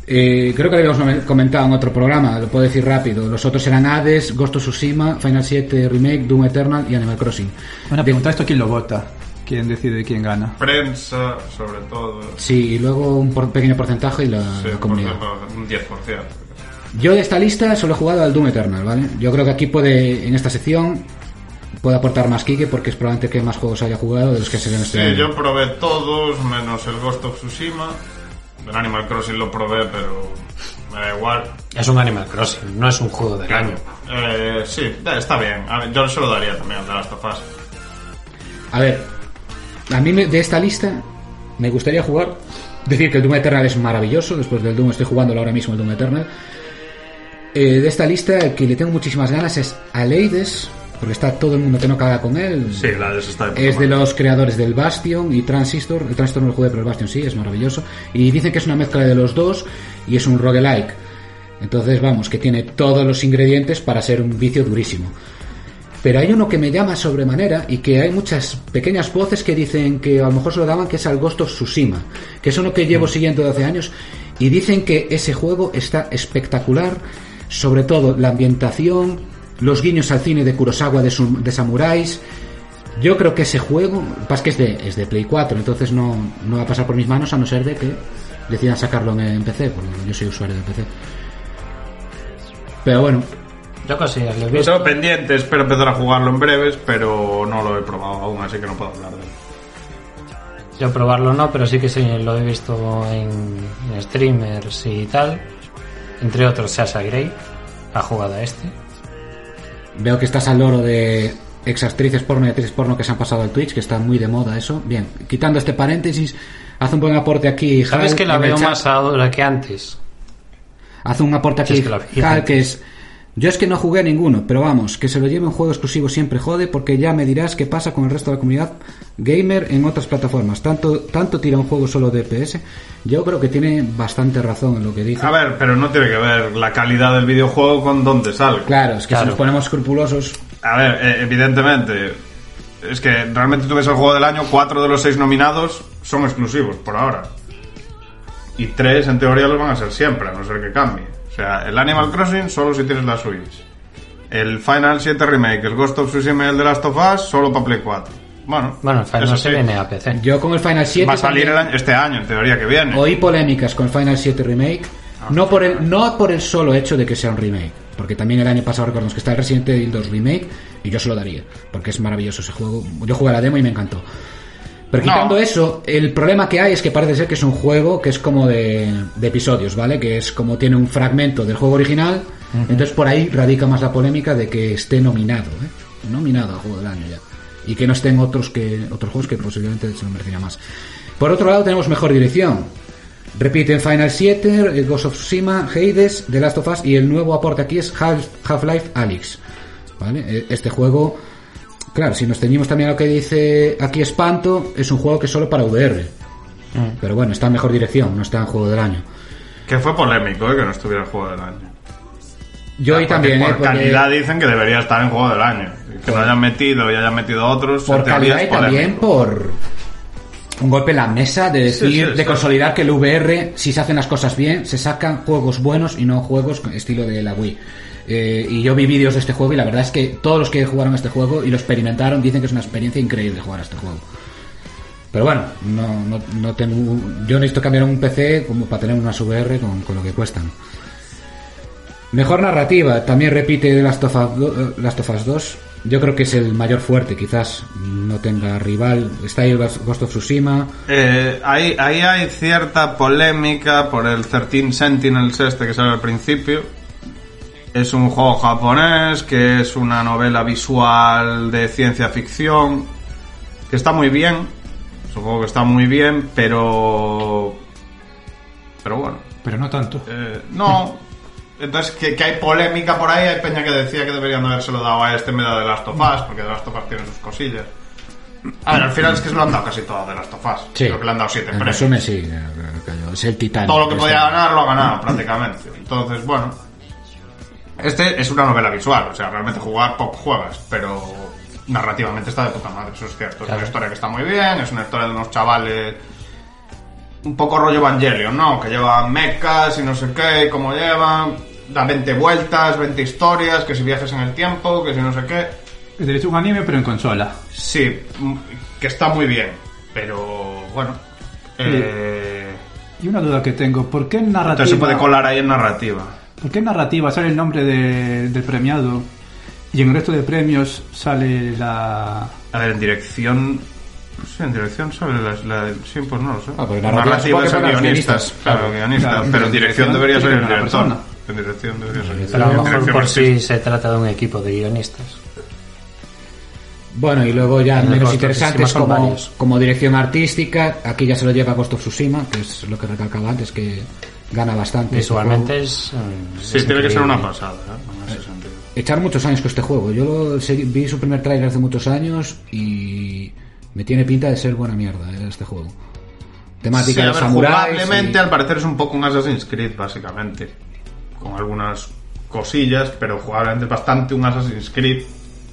Speaker 1: Eh, creo que lo habíamos nomen- comentado en otro programa, lo puedo decir rápido. Los otros eran Hades, Ghost of Tsushima, Final 7 Remake, Doom Eternal y Animal Crossing.
Speaker 4: Una pregunta, ¿esto quién lo vota? ¿Quién decide quién gana?
Speaker 2: Prensa, sobre todo.
Speaker 1: Sí, y luego un por- pequeño porcentaje y la,
Speaker 2: Sí,
Speaker 1: la
Speaker 2: por
Speaker 1: comunidad.
Speaker 2: ejemplo, un 10%.
Speaker 1: Yo de esta lista solo he jugado al Doom Eternal, ¿vale? Yo creo que aquí puede, en esta sección, puede aportar más Kike porque es probablemente que más juegos haya jugado de los que se ven este
Speaker 2: Sí,
Speaker 1: año.
Speaker 2: Eh, yo probé todos, menos el Ghost of Tsushima. El Animal Crossing lo probé, pero me da igual.
Speaker 3: Es un Animal Crossing, no es un juego del año.
Speaker 2: Eh, sí, da- está bien. A ver, yo se lo daría también al de Last of Us.
Speaker 1: A ver, a mí me- de esta lista me gustaría jugar, decir que el Doom Eternal es maravilloso, después del Doom estoy jugando ahora mismo el Doom Eternal. Eh, de esta lista el que le tengo muchísimas ganas es Aleides, porque está todo el mundo que no caga con él.
Speaker 2: Sí, la de eso está
Speaker 1: Es de los creadores del Bastion y Transistor. El Transistor no lo jugué, pero el Bastion sí, es maravilloso. Y dicen que es una mezcla de los dos y es un roguelike. Entonces, vamos, que tiene todos los ingredientes para ser un vicio durísimo. Pero hay uno que me llama sobremanera y que hay muchas pequeñas voces que dicen que a lo mejor se lo daban, que es al Ghost of Tsushima, que es uno que llevo siguiendo de hace años, y dicen que ese juego está espectacular, sobre todo la ambientación, los guiños al cine de Kurosawa de, sum- de samuráis, Yo creo que ese juego, lo que pasa es que es de, es de Play 4, entonces no, no va a pasar por mis manos a no ser de que decidan sacarlo en, en PC, porque yo soy usuario de PC. Pero bueno,
Speaker 3: Yo cosillas, le he
Speaker 2: Lo
Speaker 3: visto.
Speaker 2: tengo pendiente, espero empezar a jugarlo en breves, pero no lo he probado aún, así que no puedo hablar de él.
Speaker 3: Yo probarlo no, pero sí que sí, lo he visto en, en streamers y tal. Entre otros, Sasha Grey ha jugado a este.
Speaker 1: veo que estás al loro de exactrices porno y actrices porno que se han pasado al Twitch, que está muy de moda eso. Bien, quitando este paréntesis, haz un buen aporte aquí.
Speaker 3: Sabes
Speaker 1: Hal,
Speaker 3: que la
Speaker 1: en el
Speaker 3: veo
Speaker 1: chat.
Speaker 3: más ahora que antes.
Speaker 1: Hace un aporte aquí,
Speaker 3: Es que la vi
Speaker 1: Hal,
Speaker 3: antes.
Speaker 1: que es... Yo es que no jugué a ninguno, pero vamos, que se lo lleve un juego exclusivo siempre jode, porque ya me dirás qué pasa con el resto de la comunidad gamer en otras plataformas. Tanto, tanto tira un juego solo de PS. Yo creo que tiene bastante razón en lo que dice.
Speaker 2: A ver, pero no tiene que ver la calidad del videojuego con dónde sale.
Speaker 1: claro, es que si
Speaker 3: claro.
Speaker 1: nos ponemos escrupulosos,
Speaker 2: A ver, eh, evidentemente, es que realmente tú ves el juego del año, cuatro de los seis nominados son exclusivos por ahora. Y tres, en teoría, los van a ser siempre, a no ser que cambie. O sea, el Animal Crossing solo si tienes la Switch. El Final 7 Remake, el Ghost of Tsushima y el The Last of Us solo para Play 4. Bueno,
Speaker 3: Bueno, el Final
Speaker 2: eso
Speaker 3: se
Speaker 2: sí.
Speaker 3: viene a PC.
Speaker 1: yo con el Final 7...
Speaker 2: Eh. Va a salir
Speaker 1: también-
Speaker 2: el año- este año, Ah. en teoría que viene.
Speaker 1: Oí polémicas con Final 7 Remake, no por el, no por el solo hecho de que sea un remake, porque también el año pasado recordamos que está el Resident Evil 2 Remake y yo se lo daría, porque es maravilloso ese juego. Yo jugué a la demo y me encantó. Pero
Speaker 2: No.
Speaker 1: quitando eso, el problema que hay es que parece ser que es un juego que es como de, de episodios, ¿vale? Que es como tiene un fragmento del juego original, entonces por ahí radica más la polémica de que esté nominado, ¿eh? Nominado a juego del año ya. Y que no estén otros que otros juegos que posiblemente se lo merecerían más. Por otro lado tenemos mejor dirección. Repiten Final 7, eh, Ghost of Tsushima, Hades, The Last of Us y el nuevo aporte aquí es Half- Half-Life Alyx. ¿Vale? Eh, Este juego Claro, si nos ceñimos también a lo que dice aquí Espanto, es un juego que es solo para VR.
Speaker 2: Mm.
Speaker 1: Pero bueno, está en mejor dirección, no está en juego del año.
Speaker 2: Que fue polémico, eh, que no estuviera el juego del año.
Speaker 1: Yo
Speaker 2: Ah,
Speaker 1: ahí
Speaker 2: porque
Speaker 1: también,
Speaker 2: Por
Speaker 1: eh, porque- Pues
Speaker 2: calidad dicen que debería estar en juego del año. Que lo hayan metido y hayan metido otros.
Speaker 1: por
Speaker 2: en teoría
Speaker 1: calidad y
Speaker 2: es polémico.
Speaker 1: también por un golpe en la mesa de
Speaker 2: Sí,
Speaker 1: decir,
Speaker 2: sí,
Speaker 1: de
Speaker 2: sí.
Speaker 1: consolidar que el VR, si se hacen las cosas bien, se sacan juegos buenos y no juegos con estilo de la Wii. Eh, y yo vi vídeos de este juego y la verdad es que todos los que jugaron a este juego y lo experimentaron dicen que es una experiencia increíble jugar a este juego. Pero bueno, no, no, no tengo, yo necesito cambiar un PC como para tener unas VR con, con lo que cuestan. Mejor narrativa, también repite The Last of, Us do- eh, Last of Us 2. Yo creo que es el mayor fuerte, quizás no tenga rival. Está ahí el Ghost of Tsushima.
Speaker 2: Eh, ahí, ahí hay cierta polémica por el 13 Sentinels este que sale al principio. Es un juego japonés que es una novela visual de ciencia ficción que está muy bien. Es un juego que está muy bien, pero... Pero bueno.
Speaker 4: Pero no tanto.
Speaker 2: eh, no. Entonces, que, que hay polémica por ahí. Hay peña que decía que deberían de habérselo dado a este en vez de The Last of Us, porque The Last of Us tiene sus cosillas. A ver, al final es que se lo han dado casi todo a The Last of Us. Creo que le han dado siete
Speaker 1: En
Speaker 2: premios
Speaker 1: resumen, sí. eh, cayó. Es el titán.
Speaker 2: todo lo que podía ganar lo ha ganado prácticamente. Entonces, bueno. Este es una novela visual, o sea, realmente jugar pop juegas, pero narrativamente está de puta madre, eso es cierto. Es
Speaker 3: Claro.
Speaker 2: una historia que está muy bien, es una historia de unos chavales un poco rollo Evangelion, ¿no? Que llevan mechas y no sé qué, y cómo llevan, da 20 vueltas, 20 historias, que si viajes en el tiempo, que si no sé qué.
Speaker 4: Es de hecho un anime, pero en consola.
Speaker 2: Sí, mm, que está muy bien, pero bueno. eh,
Speaker 4: Y una duda que tengo, ¿por qué en narrativa,
Speaker 2: entonces se puede colar ahí en narrativa.
Speaker 4: ¿por qué en narrativa sale el nombre de- del premiado y en el resto de premios sale la...
Speaker 2: A ver, en dirección. No sé, en dirección sobre las. La, sí, pues no lo sé.
Speaker 1: Ah, porque narrativa supongo que
Speaker 2: es el
Speaker 1: para los
Speaker 2: guionista.
Speaker 1: guionistas,
Speaker 2: Claro,
Speaker 1: claro.
Speaker 2: guionista.
Speaker 4: Claro,
Speaker 2: pero en dirección debería ser el
Speaker 4: tiene que ser
Speaker 2: director.
Speaker 4: una
Speaker 2: En dirección debería ser el
Speaker 3: Pero a
Speaker 2: director.
Speaker 3: lo
Speaker 2: En
Speaker 3: mejor
Speaker 2: dirección
Speaker 3: por si
Speaker 2: artística.
Speaker 3: se trata de un equipo de guionistas.
Speaker 1: Bueno, y luego ya
Speaker 3: El de
Speaker 1: menos
Speaker 3: Ghost of Tsushima
Speaker 1: interesantes
Speaker 3: son
Speaker 1: como,
Speaker 3: varios.
Speaker 1: como dirección artística. Aquí ya se lo lleva Ghost of Tsushima, que es lo que recalcaba antes, que gana bastante. este
Speaker 3: Visualmente
Speaker 1: juego.
Speaker 3: es. mm,
Speaker 2: Sí,
Speaker 3: es
Speaker 2: tiene que ser
Speaker 3: increíble.
Speaker 2: una pasada, ¿eh? En ese sentido.
Speaker 1: Echar muchos años con este juego. Yo lo segui- vi su primer trailer hace muchos años y me tiene pinta de ser buena mierda eh, este juego. Temática
Speaker 2: Sí, a
Speaker 1: de
Speaker 2: ver,
Speaker 1: samuráis.
Speaker 2: jugablemente,
Speaker 1: y-
Speaker 2: al parecer es un poco un Assassin's Creed, básicamente. Con algunas cosillas, pero jugablemente es bastante un Assassin's Creed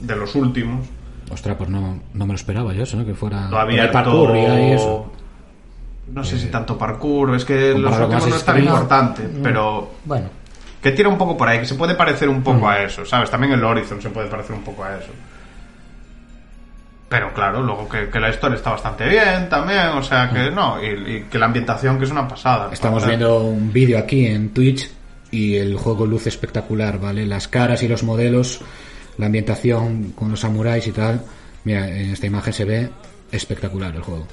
Speaker 2: de los últimos.
Speaker 1: Ostras, pues no, no me lo esperaba yo, eso, ¿no? Que fuera
Speaker 2: Lo
Speaker 1: con el
Speaker 2: abierto.
Speaker 1: parkour y ahí eso.
Speaker 2: No sé si tanto parkour, es que los
Speaker 1: comparado con Mm.
Speaker 2: últimos no es tan
Speaker 1: Assassin's Creed.
Speaker 2: importante, pero
Speaker 3: Bueno,
Speaker 2: que tira un poco por ahí, que se puede
Speaker 1: Mm.
Speaker 2: parecer un poco a eso, ¿sabes? También el Horizon se puede parecer un poco a eso. Pero claro, luego que, que la historia está bastante bien también, o sea que no, y, y que la ambientación que es una pasada.
Speaker 1: Mm. Estamos
Speaker 2: Entonces,
Speaker 1: viendo un vídeo aquí en Twitch y el juego luce espectacular, ¿vale? Las caras y los modelos, la ambientación con los samuráis y tal. Mira, en esta imagen se ve espectacular el juego.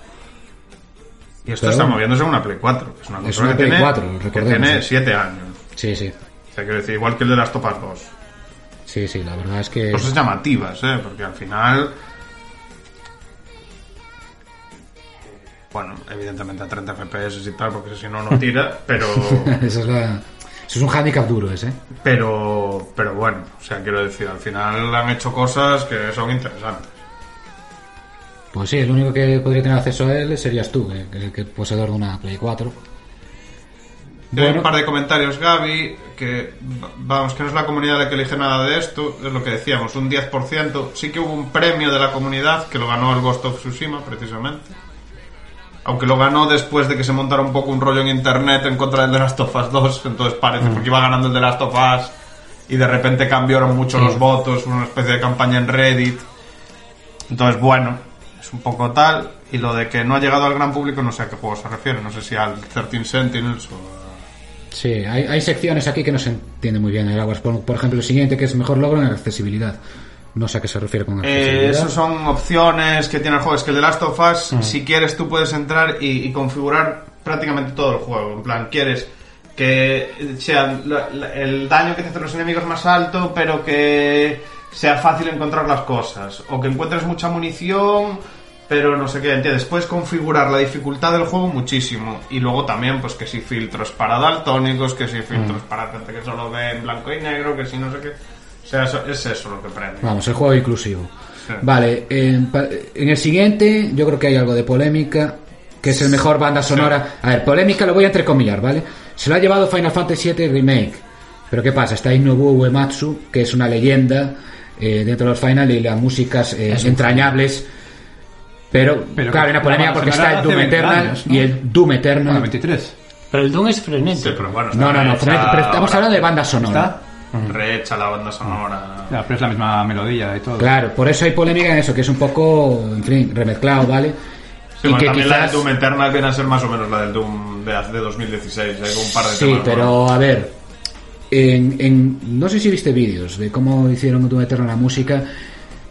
Speaker 2: Y esto
Speaker 1: pero
Speaker 2: está
Speaker 1: bueno.
Speaker 2: moviéndose en una Play 4, que es una,
Speaker 1: Es
Speaker 2: consola
Speaker 1: una
Speaker 2: que
Speaker 1: Play
Speaker 2: tiene,
Speaker 1: 4,
Speaker 2: que
Speaker 1: recordemos,
Speaker 2: tiene
Speaker 1: eh.
Speaker 2: 7 años.
Speaker 1: Sí, sí.
Speaker 2: O sea, quiero decir, igual que el de las Topas 2.
Speaker 1: Sí, sí, la verdad es que...
Speaker 2: Cosas llamativas, ¿eh? Porque al final. Bueno, evidentemente a 30 FPS y tal, porque si no, no tira, pero.
Speaker 1: Esa es la- Eso es un handicap duro ese. ¿eh?
Speaker 2: Pero. Pero bueno, o sea, quiero decir, al final han hecho cosas que son interesantes.
Speaker 1: Pues sí, el único que podría tener acceso a él serías tú, que que es el que poseedor de una Play 4.
Speaker 2: Tiene
Speaker 1: Bueno.
Speaker 2: un par de comentarios, Gaby, que va- vamos, que no es la comunidad la que elige nada de esto, es lo que decíamos, un 10%. Sí que hubo un premio de la comunidad que lo ganó el Ghost of Tsushima, precisamente. Aunque lo ganó después de que se montara un poco un rollo en internet en contra del The Last of Us 2, entonces parece, porque iba ganando el The Last of Us y de repente cambiaron mucho los votos, hubo una especie de campaña en Reddit. Entonces, bueno, es un poco tal. Y lo de que no ha llegado al gran público, no sé a qué juego se refiere, no sé si al 13 Sentinels o a-
Speaker 1: Sí, hay, hay secciones aquí que no se entiende muy bien el agua. Por, por ejemplo, el siguiente que es mejor logro en accesibilidad. No sé a qué se refiere con
Speaker 2: Eh,
Speaker 1: accesibilidad.
Speaker 2: Esas son opciones que tiene el juego. Es que el de Last of Us, si quieres, tú puedes entrar y, y configurar prácticamente todo el juego. En plan, quieres que sea la- la- el daño que te hacen los enemigos más alto, pero que sea fácil encontrar las cosas. O que encuentres mucha munición, pero no sé qué. ¿Entiendes? Puedes configurar la dificultad del juego muchísimo. Y luego también, pues que si filtros para daltónicos, que si filtros para gente que solo ve en blanco y negro, que si no sé qué. O sea, eso- es eso lo que prende.
Speaker 1: Vamos, el juego inclusivo.
Speaker 2: Sí.
Speaker 1: Vale, en, pa- en el siguiente yo creo que hay algo de polémica, que es el mejor banda sonora. A ver, polémica lo voy a entrecomillar, ¿vale? Se lo ha llevado Final Fantasy VII Remake. Pero ¿qué pasa? Está Inobu Uematsu, que es una leyenda eh, dentro de los Final y las músicas eh,
Speaker 3: Es un-
Speaker 1: entrañables. Pero,
Speaker 4: Pero
Speaker 1: claro, hay
Speaker 4: que
Speaker 1: una polémica
Speaker 4: la banda
Speaker 1: porque está
Speaker 4: sonora
Speaker 1: el
Speaker 4: hace
Speaker 1: Doom
Speaker 4: 20
Speaker 1: Eternal
Speaker 4: años, ¿no?
Speaker 1: y el Doom Eternal.
Speaker 4: Bueno, 23.
Speaker 3: Pero el Doom es frenético.
Speaker 2: Sí, pero bueno,
Speaker 1: no, no, no,
Speaker 2: rehecha
Speaker 1: pero estamos
Speaker 2: ahora.
Speaker 1: hablando de banda sonora.
Speaker 4: ¿Está?
Speaker 2: Rehecha la banda sonora.
Speaker 4: Ya, pero es la misma melodía y todo.
Speaker 1: Claro, por eso hay polémica en eso, que es un poco, en fin, remezclado, ¿vale?
Speaker 2: Sí, bueno, también la del Doom Eternal viene a ser más o menos la del Doom de, hace- de 2016. Hay como un par de
Speaker 1: sí,
Speaker 2: temas, ¿no?
Speaker 1: pero a ver, en, en- no sé si viste vídeos de cómo hicieron Doom Eternal la música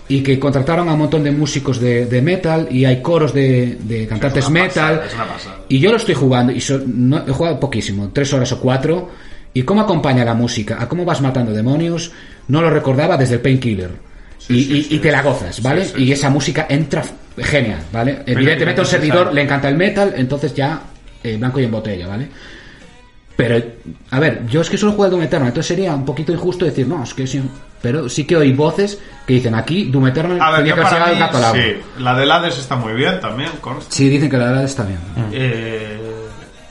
Speaker 1: y que contrataron a un montón de músicos de, de metal y hay coros de, de cantantes
Speaker 2: Es una pasada,
Speaker 1: metal.
Speaker 2: es una pasada.
Speaker 1: Y yo lo estoy jugando, y so- no- he jugado poquísimo, tres horas o cuatro. ¿Y cómo acompaña la música? ¿A cómo vas matando demonios? No lo recordaba desde el Painkiller.
Speaker 2: Sí,
Speaker 1: y,
Speaker 2: sí,
Speaker 1: y-
Speaker 2: sí.
Speaker 1: y te la gozas, ¿vale?
Speaker 2: Sí, sí,
Speaker 1: y
Speaker 2: sí.
Speaker 1: esa música entra f- genial, ¿vale?
Speaker 2: que
Speaker 1: Evidentemente a un
Speaker 2: antes
Speaker 1: servidor
Speaker 2: esa-
Speaker 1: le encanta el metal, entonces ya eh, blanco y en botella, ¿vale? Pero, a ver, yo es que solo juego al Doom Eternal, entonces sería un poquito injusto decir, no, es que sí. Pero sí que oí voces que dicen aquí Doom Eternal
Speaker 2: A ver,
Speaker 1: tenía
Speaker 2: yo
Speaker 1: que haber
Speaker 2: para
Speaker 1: llegado
Speaker 2: mí,
Speaker 1: el gato al agua.
Speaker 2: sí, la del Hades está muy bien también, consta.
Speaker 1: Sí, dicen que la verdad está bien.
Speaker 2: Ah. Eh,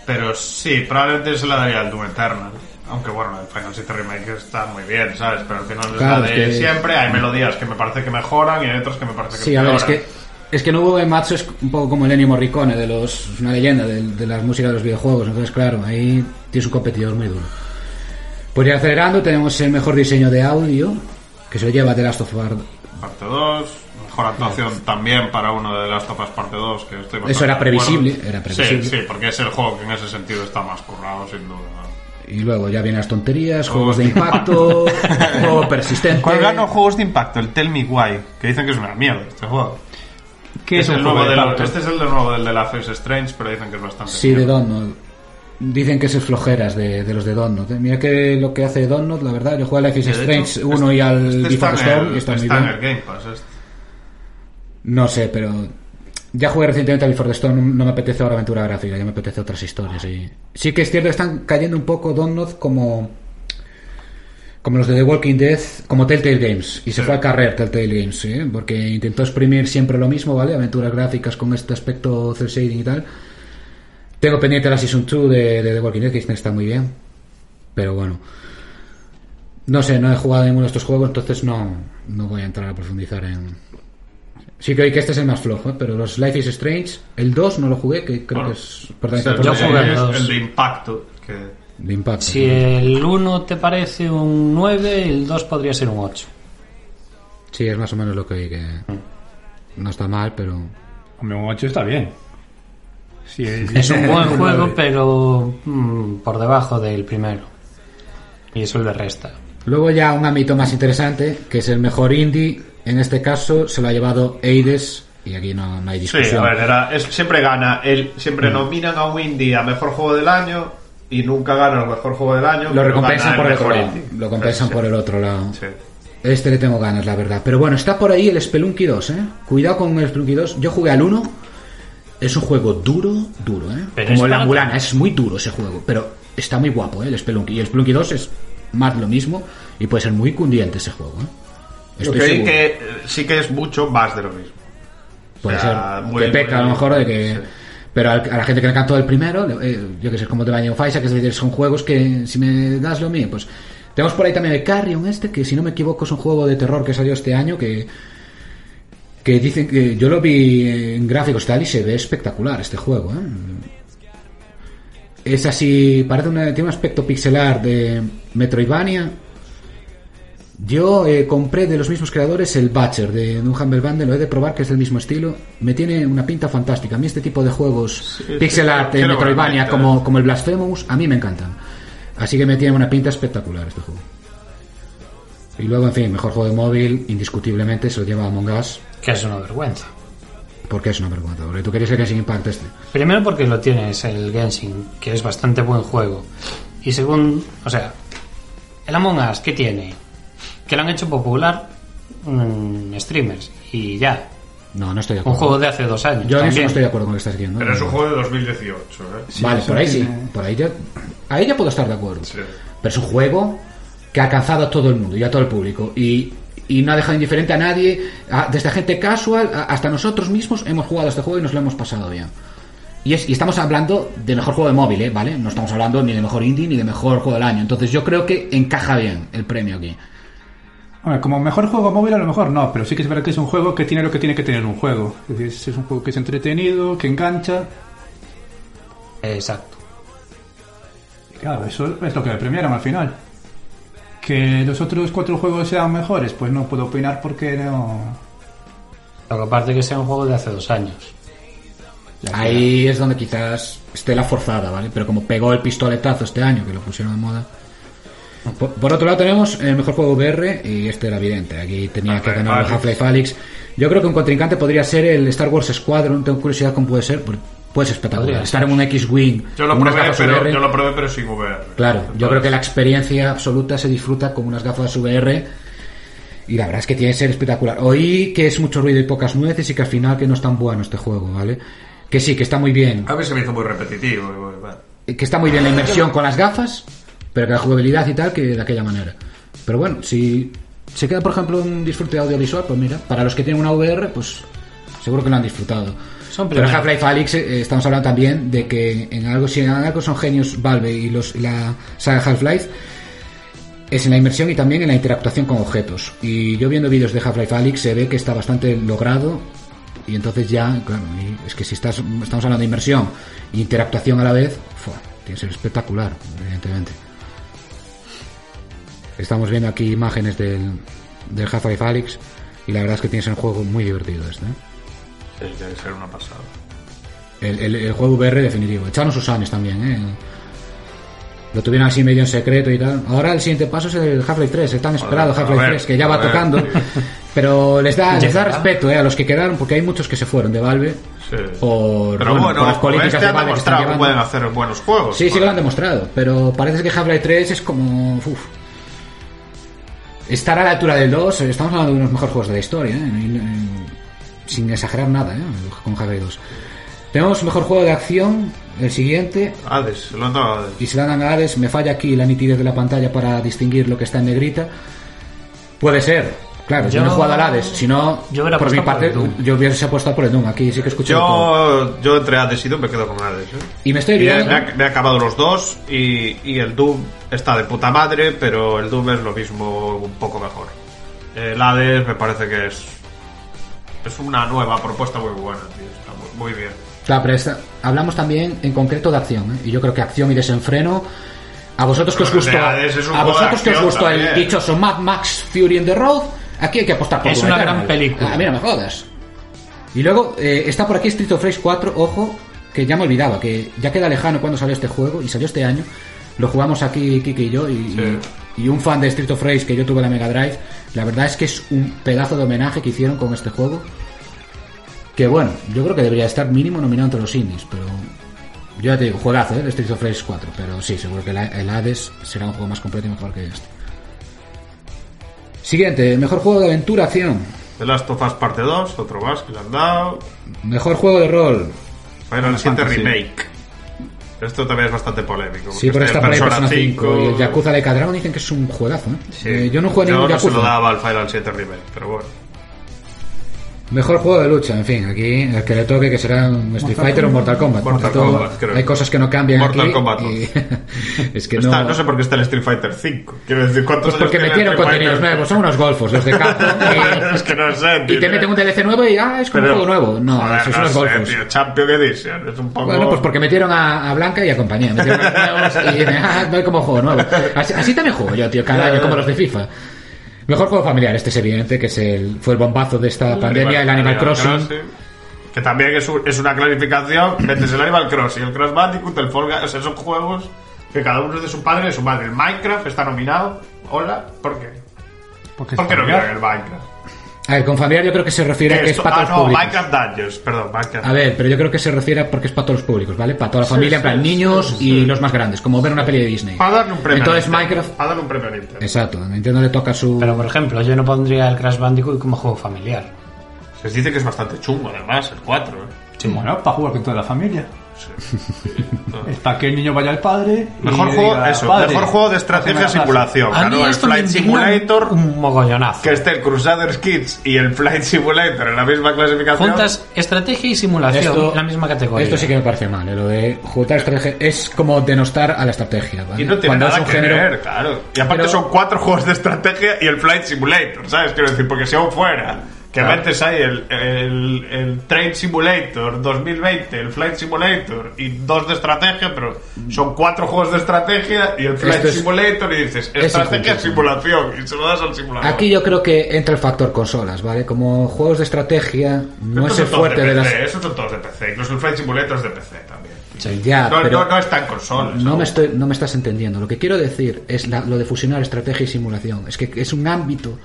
Speaker 2: pero sí, probablemente se la daría al Doom Eternal. Aunque bueno, el Final 7 Remake está muy bien, ¿sabes? Pero al final
Speaker 1: Claro,
Speaker 2: es la
Speaker 1: es
Speaker 2: de
Speaker 1: que-
Speaker 2: siempre. Hay melodías que me parece que mejoran y hay otras que me parece que
Speaker 1: Sí, a ver, es que,
Speaker 2: empeoran.
Speaker 1: es que Nuevo Ematsu es un poco como el Ennio Morricone, de los, es una leyenda de, de las músicas de los videojuegos. Entonces, claro, ahí tienes un competidor muy duro. Pues ya acelerando, tenemos el mejor diseño de audio, que se lo lleva The Last of Us.
Speaker 2: Parte 2, mejor actuación también para uno de las tapas parte 2, que estoy bastante
Speaker 1: Eso era
Speaker 2: de acuerdo.
Speaker 1: previsible, era previsible.
Speaker 2: Sí, sí, porque es el juego que en ese sentido está más currado, sin duda.
Speaker 1: Y luego ya vienen las tonterías, juegos de impacto, juego persistente.
Speaker 2: juegos de impacto, el Tell Me Why, que dicen que es una mierda este juego.
Speaker 4: ¿Qué es,
Speaker 2: el
Speaker 4: un juego
Speaker 2: nuevo
Speaker 4: de
Speaker 2: del-
Speaker 4: impacto?
Speaker 2: Este es el de nuevo del de la Face Strange, pero dicen que es bastante
Speaker 1: Sí, de Donut. Dicen que es el flojeras de, de los de Donut. eh. Mira que lo que hace Donut, la verdad. Yo juego a Life is
Speaker 2: Y de
Speaker 1: Strange
Speaker 2: hecho,
Speaker 1: 1 y al
Speaker 2: este
Speaker 1: Before
Speaker 2: está, en
Speaker 1: Storm
Speaker 2: el,
Speaker 1: y está muy
Speaker 2: está en
Speaker 1: bien.
Speaker 2: el Game Pass. este.
Speaker 1: No sé, pero ya jugué recientemente a Before the Storm, no me apetece ahora aventura gráfica, ya me apetece otras historias. Y... Sí que es cierto que están cayendo un poco Donut como como los de The Walking Dead, como Telltale Games, y se
Speaker 2: Sí.
Speaker 1: fue al carrer Telltale Games, ¿eh? porque intentó exprimir siempre lo mismo, ¿vale? Aventuras gráficas con este aspecto cel shading y tal. Tengo pendiente la Season 2 de, de The Walking Dead, que dicen que está muy bien, pero bueno. No sé, no he jugado a ninguno de estos juegos, entonces no, no voy a entrar a profundizar en... Sí que oí que este es el más flojo, ¿eh? pero los Life is Strange, el 2 no lo jugué, que creo
Speaker 2: Bueno,
Speaker 1: que es protagonizado
Speaker 2: Este
Speaker 1: por
Speaker 3: yo
Speaker 2: es
Speaker 1: Jack
Speaker 3: jugué al
Speaker 2: el,
Speaker 3: dos.
Speaker 2: el de impacto, que
Speaker 1: de impacto.
Speaker 3: Si el 1 te parece un 9, el 2 podría ser un 8.
Speaker 1: Sí, es más o menos lo que oí que... No está mal, pero.
Speaker 4: Hombre, un 8 está bien. Sí,
Speaker 3: Es un buen juego, pero mm, por debajo del primero. Y eso le resta.
Speaker 1: Luego ya un ámbito más interesante, que es el mejor indie. En este caso se lo ha llevado Eides y aquí no, no hay discusión. Mm.
Speaker 2: Sí, a ver, era- es- siempre gana. El, siempre nominan a un indie a mejor juego del año y nunca gana el mejor juego del año.
Speaker 1: lo
Speaker 2: pero
Speaker 1: recompensan
Speaker 2: gana
Speaker 1: por el otro
Speaker 2: mejor
Speaker 1: lado.
Speaker 2: indie.
Speaker 1: Lo compensan
Speaker 2: Sí,
Speaker 1: por el otro lado.
Speaker 2: sí.
Speaker 1: Este le tengo ganas, la verdad. Pero bueno, está por ahí el Spelunky 2, ¿eh? Cuidado con el Spelunky 2. Yo jugué al 1. Es un juego duro, duro, ¿eh?
Speaker 3: Pero
Speaker 1: Como
Speaker 3: es
Speaker 1: el
Speaker 3: para-
Speaker 1: Ambulana, es muy duro ese juego. Pero está muy guapo, ¿eh? El Spelunky. Y el Spelunky 2 es más lo mismo y puede ser muy cundiente ese juego, ¿eh?
Speaker 2: Yo
Speaker 1: Estoy
Speaker 2: creí
Speaker 1: seguro.
Speaker 2: que eh, sí que es mucho más de lo mismo.
Speaker 1: Puede
Speaker 2: O sea,
Speaker 1: ser.
Speaker 2: muy-
Speaker 1: que peca a lo
Speaker 2: muy-
Speaker 1: mejor de que.
Speaker 2: sí.
Speaker 1: Pero al- a la gente que le cantó el primero, le- eh, yo que sé, es como te baño Faisa, que es decir, son juegos que si me das lo mío, pues. Tenemos por ahí también el Carrion este, que si no me equivoco es un juego de terror que salió este año, que. Que dicen que yo lo vi en gráficos tal y se ve espectacular este juego, ¿eh? Es así, parece una, tiene un aspecto pixelar de Metroidvania, yo eh, compré de los mismos creadores el Batcher de Humble Band, lo he de probar, que es del mismo estilo. Me tiene una pinta fantástica. A mí este tipo de juegos
Speaker 2: Sí,
Speaker 1: pixel
Speaker 2: sí,
Speaker 1: art,
Speaker 2: quiero
Speaker 1: Metroidvania,
Speaker 2: verlo, ¿eh?
Speaker 1: como, como el Blasphemous, a mí me encantan. Así que me tiene una pinta espectacular este juego. Y luego, en fin, mejor juego de móvil, indiscutiblemente se lo lleva Among Us,
Speaker 3: Que es una vergüenza.
Speaker 1: porque es una vergüenza. Porque tú querías el Genshin Impact este.
Speaker 3: Primero porque lo tienes el Genshin, que es bastante buen juego. Y según, o sea, el Among Us, ¿qué tiene? Que lo han hecho popular mm, streamers. Y ya,
Speaker 1: No, no estoy de
Speaker 3: un
Speaker 1: acuerdo.
Speaker 3: juego de hace dos años.
Speaker 1: Yo en eso
Speaker 3: también.
Speaker 1: no estoy de acuerdo con lo que estás diciendo.
Speaker 2: Pero es un juego de 2018, ¿eh?
Speaker 1: vale,
Speaker 4: eso
Speaker 1: por ahí Mm. sí.
Speaker 4: tiene-
Speaker 1: Por ahí ya, ahí ya puedo estar de acuerdo.
Speaker 2: Sí.
Speaker 1: Pero es un juego que ha alcanzado a todo el mundo y a todo el público. Y, y no ha dejado indiferente a nadie. a- desde gente casual a- hasta nosotros mismos hemos jugado a este juego y nos lo hemos pasado bien. Y, es- y estamos hablando de mejor juego de móvil, ¿eh? ¿vale? No estamos hablando ni de mejor indie ni de mejor juego del año. Entonces yo creo que encaja bien el premio aquí.
Speaker 4: Hombre, como mejor juego móvil a lo mejor no, pero sí que es verdad que es un juego que tiene lo que tiene que tener un juego. Es decir, es un juego que es entretenido, que engancha.
Speaker 3: Exacto.
Speaker 4: Claro, eso es lo que me premiaron al final. Que los otros cuatro juegos sean mejores, pues no puedo opinar porque no...
Speaker 3: Lo que aparte que sea un juego de hace dos años.
Speaker 1: Ahí es donde quizás esté la forzada, ¿vale? Pero como pegó el pistoletazo este año, que lo pusieron de moda. Por, por otro lado tenemos el mejor juego VR y este era evidente. Aquí tenía que
Speaker 2: Half-Life
Speaker 1: ganar el
Speaker 2: Alyx.
Speaker 1: Half-Life Alyx. Yo creo que un contrincante podría ser el Star Wars Squadron. Tengo curiosidad cómo puede ser. porque Puede ser espectacular.
Speaker 3: Podría.
Speaker 1: Estar en un X-Wing.
Speaker 2: Yo lo,
Speaker 1: con unas
Speaker 2: probé,
Speaker 1: gafas
Speaker 2: pero,
Speaker 1: VR.
Speaker 2: yo lo probé, pero sin VR.
Speaker 1: Claro, yo
Speaker 2: Entonces,
Speaker 1: creo que la experiencia absoluta se disfruta con unas gafas VR y la verdad es que tiene que ser espectacular. Oí que es mucho ruido y pocas nueces y que al final que no es tan bueno este juego, ¿vale? Que sí, que está muy bien,
Speaker 2: A mí se me hizo muy repetitivo. y bueno, bueno.
Speaker 1: que está muy bien la inmersión con las gafas, pero que la jugabilidad y tal que de aquella manera. Pero bueno, si se queda por ejemplo un disfrute audiovisual, pues mira, para los que tienen una VR, pues seguro que lo han disfrutado.
Speaker 3: Son
Speaker 1: pero
Speaker 3: primeros.
Speaker 1: Half-Life Alyx eh, estamos hablando también de que en algo si en algo son genios Valve y los y la saga Half-Life es en la inmersión y también en la interactuación con objetos. Y yo viendo vídeos de Half-Life Alyx se ve que está bastante logrado. Y entonces ya, claro, y es que si estás, estamos hablando de inmersión e interactuación a la vez, fua, tiene que ser espectacular, evidentemente. Estamos viendo aquí imágenes del, del Half-Life Alyx y la verdad es que tiene que ser un juego muy divertido este. ¿eh?
Speaker 2: Sí, Tiene que ser una pasada.
Speaker 1: El, el- el juego VR definitivo. Echaron sus años también, ¿eh? Lo tuvieron así medio en secreto y tal. Ahora el siguiente paso es el Half-Life 3, el tan esperado
Speaker 2: Joder,
Speaker 1: Half-Life
Speaker 2: joder,
Speaker 1: 3, que ya va
Speaker 2: joder,
Speaker 1: tocando.
Speaker 2: tío.
Speaker 1: Pero les da, les da
Speaker 3: Llegará.
Speaker 1: respeto ¿eh? a los que quedaron, porque hay muchos que se fueron de Valve
Speaker 2: Sí.
Speaker 1: por,
Speaker 2: Pero
Speaker 1: bueno,
Speaker 2: bueno,
Speaker 1: por las políticas
Speaker 2: este
Speaker 1: de
Speaker 2: han
Speaker 1: Valve que están
Speaker 2: demostrado que
Speaker 1: llevando.
Speaker 2: pueden hacer buenos juegos.
Speaker 1: Sí, sí que
Speaker 2: Bueno,
Speaker 1: lo han demostrado, pero parece que Half-Life 3 es como... uf. Estar a la altura del 2, eh, estamos hablando de unos mejores juegos de la historia, ¿eh? Y, eh, sin exagerar nada, ¿eh? con Half-Life 2. Tenemos mejor juego de acción, el siguiente,
Speaker 2: Hades, lo han dado Hades.
Speaker 1: y se la dan a Hades, me falla aquí la nitidez de la pantalla para distinguir lo que está en negrita. Puede ser, claro, yo,
Speaker 3: Yo-
Speaker 1: no he jugado a Hades, si no,
Speaker 3: Yo hubiera
Speaker 1: por mi
Speaker 3: apostado por
Speaker 1: parte,
Speaker 3: el Doom.
Speaker 1: yo hubiese apostado por el Doom, aquí sí que escucho. de todo.
Speaker 2: Yo, yo entre Hades y Doom me quedo con Hades. ¿eh?
Speaker 1: Y me estoy
Speaker 2: Y, eh,
Speaker 1: olvidando...
Speaker 2: me, ha- me he acabado los dos y, y el Doom está de puta madre, pero el Doom es lo mismo, un poco mejor. El Hades me parece que es es una nueva propuesta muy buena, tío, está muy- muy, bien.
Speaker 1: Claro, pero esta- hablamos también en concreto de acción, ¿eh? y yo creo que acción y desenfreno. A vosotros que os
Speaker 2: Pero
Speaker 1: gustó,
Speaker 2: de Hades es un
Speaker 1: a
Speaker 2: juego de
Speaker 1: vosotros que os
Speaker 2: acción
Speaker 1: gustó el
Speaker 2: también.
Speaker 1: dichoso Mad Max Fury in the Road, aquí hay que apostar por
Speaker 3: Es
Speaker 1: Doom
Speaker 3: una
Speaker 1: Eternal.
Speaker 3: gran película.
Speaker 1: A mí no me jodas. Y luego eh, está por aquí Street of Rage 4, ojo, que ya me olvidaba, que ya queda lejano cuando salió este juego y salió este año. Lo jugamos aquí Kiki y yo y, y- y un fan de Street of Rage que yo tuve en la Mega Drive. La verdad es que es un pedazo de homenaje que hicieron con este juego. Que bueno, yo creo que debería estar mínimo nominado entre los indies, pero yo ya te digo, juegazo, ¿eh? El Street of Rage 4, pero sí, seguro que la- el Hades será un juego más completo y mejor que este. Siguiente, mejor juego de aventura, acción.
Speaker 2: The Last of Us Parte 2, otro más que le han dado.
Speaker 1: Mejor juego de rol.
Speaker 2: Final
Speaker 4: Final
Speaker 2: 7
Speaker 4: Fantasy.
Speaker 2: Remake. Esto también es bastante polémico.
Speaker 1: Sí, por
Speaker 2: porque
Speaker 1: esta
Speaker 2: este está
Speaker 1: por ahí
Speaker 2: en
Speaker 1: Persona 5, y el Yakuza de Cadragon dicen que es un juegazo, ¿eh?
Speaker 2: Sí.
Speaker 1: Eh, yo no juego ningún
Speaker 2: no se
Speaker 1: Yakuza.
Speaker 2: lo daba al Final 7 Remake, pero bueno.
Speaker 1: Mejor juego de lucha, en fin, aquí el que le toque que será un Street
Speaker 4: Mortal
Speaker 1: Fighter o
Speaker 4: Kombat.
Speaker 1: Mortal Kombat.
Speaker 2: Mortal
Speaker 1: porque todo-
Speaker 2: Kombat, creo.
Speaker 1: Hay cosas que no cambian
Speaker 2: Mortal
Speaker 1: aquí
Speaker 2: Kombat
Speaker 1: y- es que
Speaker 2: Está-
Speaker 1: no...
Speaker 2: no sé por qué está el Street Fighter 5. Quiero decir,
Speaker 1: pues
Speaker 2: ¿cuántos años
Speaker 1: porque
Speaker 2: tiene el
Speaker 1: metieron
Speaker 2: Street
Speaker 1: contenidos
Speaker 2: Fighter?
Speaker 1: nuevos, son unos golfos los de Capcom.
Speaker 2: es que no sé,
Speaker 1: Eh, Y,
Speaker 2: tío.
Speaker 1: y te meten un DLC nuevo y ah, es como un juego nuevo. No,
Speaker 2: joder,
Speaker 1: esos son
Speaker 2: no
Speaker 1: los
Speaker 2: sé,
Speaker 1: golfos.
Speaker 2: tío, Champion Edition. Es un poco.
Speaker 1: Bueno, pues porque metieron a, a Blanca y a compañía. Metieron a nuevos y dicen, ah, no hay como juego nuevo. Así, así también juego yo, tío, cada año, como los de FIFA. Mejor juego familiar, este es evidente, que es el, fue el bombazo de esta pandemia, el Animal Crossing.
Speaker 2: Que también es, un- es una clarificación. Metes el Animal Crossing, el Cross Bandicoot, el Fall Guys. O sea, son juegos que cada uno es de su padre y de su madre. El Minecraft está nominado. Hola, ¿por qué?
Speaker 4: Porque
Speaker 2: ¿Por qué no quieren el Minecraft?
Speaker 1: A ver, con familiar yo creo que se refiere a que es
Speaker 2: Esto-
Speaker 1: para
Speaker 2: ah,
Speaker 1: todos los
Speaker 2: no,
Speaker 1: públicos.
Speaker 2: Minecraft Dungeons. Perdón, Minecraft.
Speaker 1: A ver, pero yo creo que se refiere a porque es para todos los públicos, ¿vale? Para toda la
Speaker 2: Sí,
Speaker 1: familia, en
Speaker 2: sí,
Speaker 1: plan
Speaker 2: sí,
Speaker 1: niños
Speaker 2: sí,
Speaker 1: y los más grandes, como ver una peli de Disney.
Speaker 2: Para darle un premio. a
Speaker 1: Entonces
Speaker 2: Nintendo.
Speaker 1: Minecraft...
Speaker 2: Para darle un premio a Nintendo.
Speaker 1: Exacto, a Nintendo le toca su...
Speaker 3: Pero por ejemplo, yo no pondría el Crash Bandicoot como juego familiar.
Speaker 2: Se dice que es bastante chungo, además, el 4. ¿eh?
Speaker 4: Sí, bueno, para jugar con toda la familia. Es para que el niño vaya al padre. y
Speaker 2: Mejor,
Speaker 4: le
Speaker 2: juego,
Speaker 4: diga,
Speaker 2: eso,
Speaker 4: "Padre,
Speaker 2: mejor juego de
Speaker 4: hazme
Speaker 2: estrategia
Speaker 4: la clase".
Speaker 2: simulación.
Speaker 3: A
Speaker 2: Ganó
Speaker 3: mí
Speaker 2: el
Speaker 3: esto me
Speaker 2: Flight
Speaker 3: indigna
Speaker 2: Simulator,
Speaker 3: un mogollonazo.
Speaker 2: que esté el Crusader Kids y el Flight Simulator en la misma clasificación.
Speaker 3: Juntas estrategia y simulación en la misma categoría.
Speaker 1: Esto sí que me parece mal, ¿eh? lo de juntar estrategia es como denostar a la estrategia, ¿vale?
Speaker 2: y no tiene
Speaker 1: Cuando es
Speaker 2: nada
Speaker 1: un
Speaker 2: que
Speaker 1: género-
Speaker 2: ver, claro. Y aparte
Speaker 1: Pero-
Speaker 2: son cuatro juegos de estrategia y el Flight Simulator, ¿sabes? Quiero decir, porque si aún fuera que metes ahí el, el, el Train Simulator 2020, el Flight Simulator y dos de estrategia, pero son cuatro juegos de estrategia y el Flight
Speaker 1: Esto es-
Speaker 2: Simulator y dices,
Speaker 1: es
Speaker 2: estrategia,
Speaker 1: injusto, sí.
Speaker 2: simulación, y se lo das al simulador.
Speaker 1: Aquí yo creo que entra el factor consolas, ¿vale? Como juegos de estrategia no es
Speaker 2: Estos
Speaker 1: el
Speaker 2: son todos
Speaker 1: fuerte de las...
Speaker 2: PC, Esos son todos de PC, incluso el Flight Simulator es de PC también.
Speaker 1: Ya,
Speaker 2: No,
Speaker 1: Ah, pero
Speaker 2: no, no está en consolas.
Speaker 1: no
Speaker 2: aún.
Speaker 1: me, estoy, no me estás entendiendo. Lo que quiero decir es la- lo de fusionar estrategia y simulación. Es que es un ámbito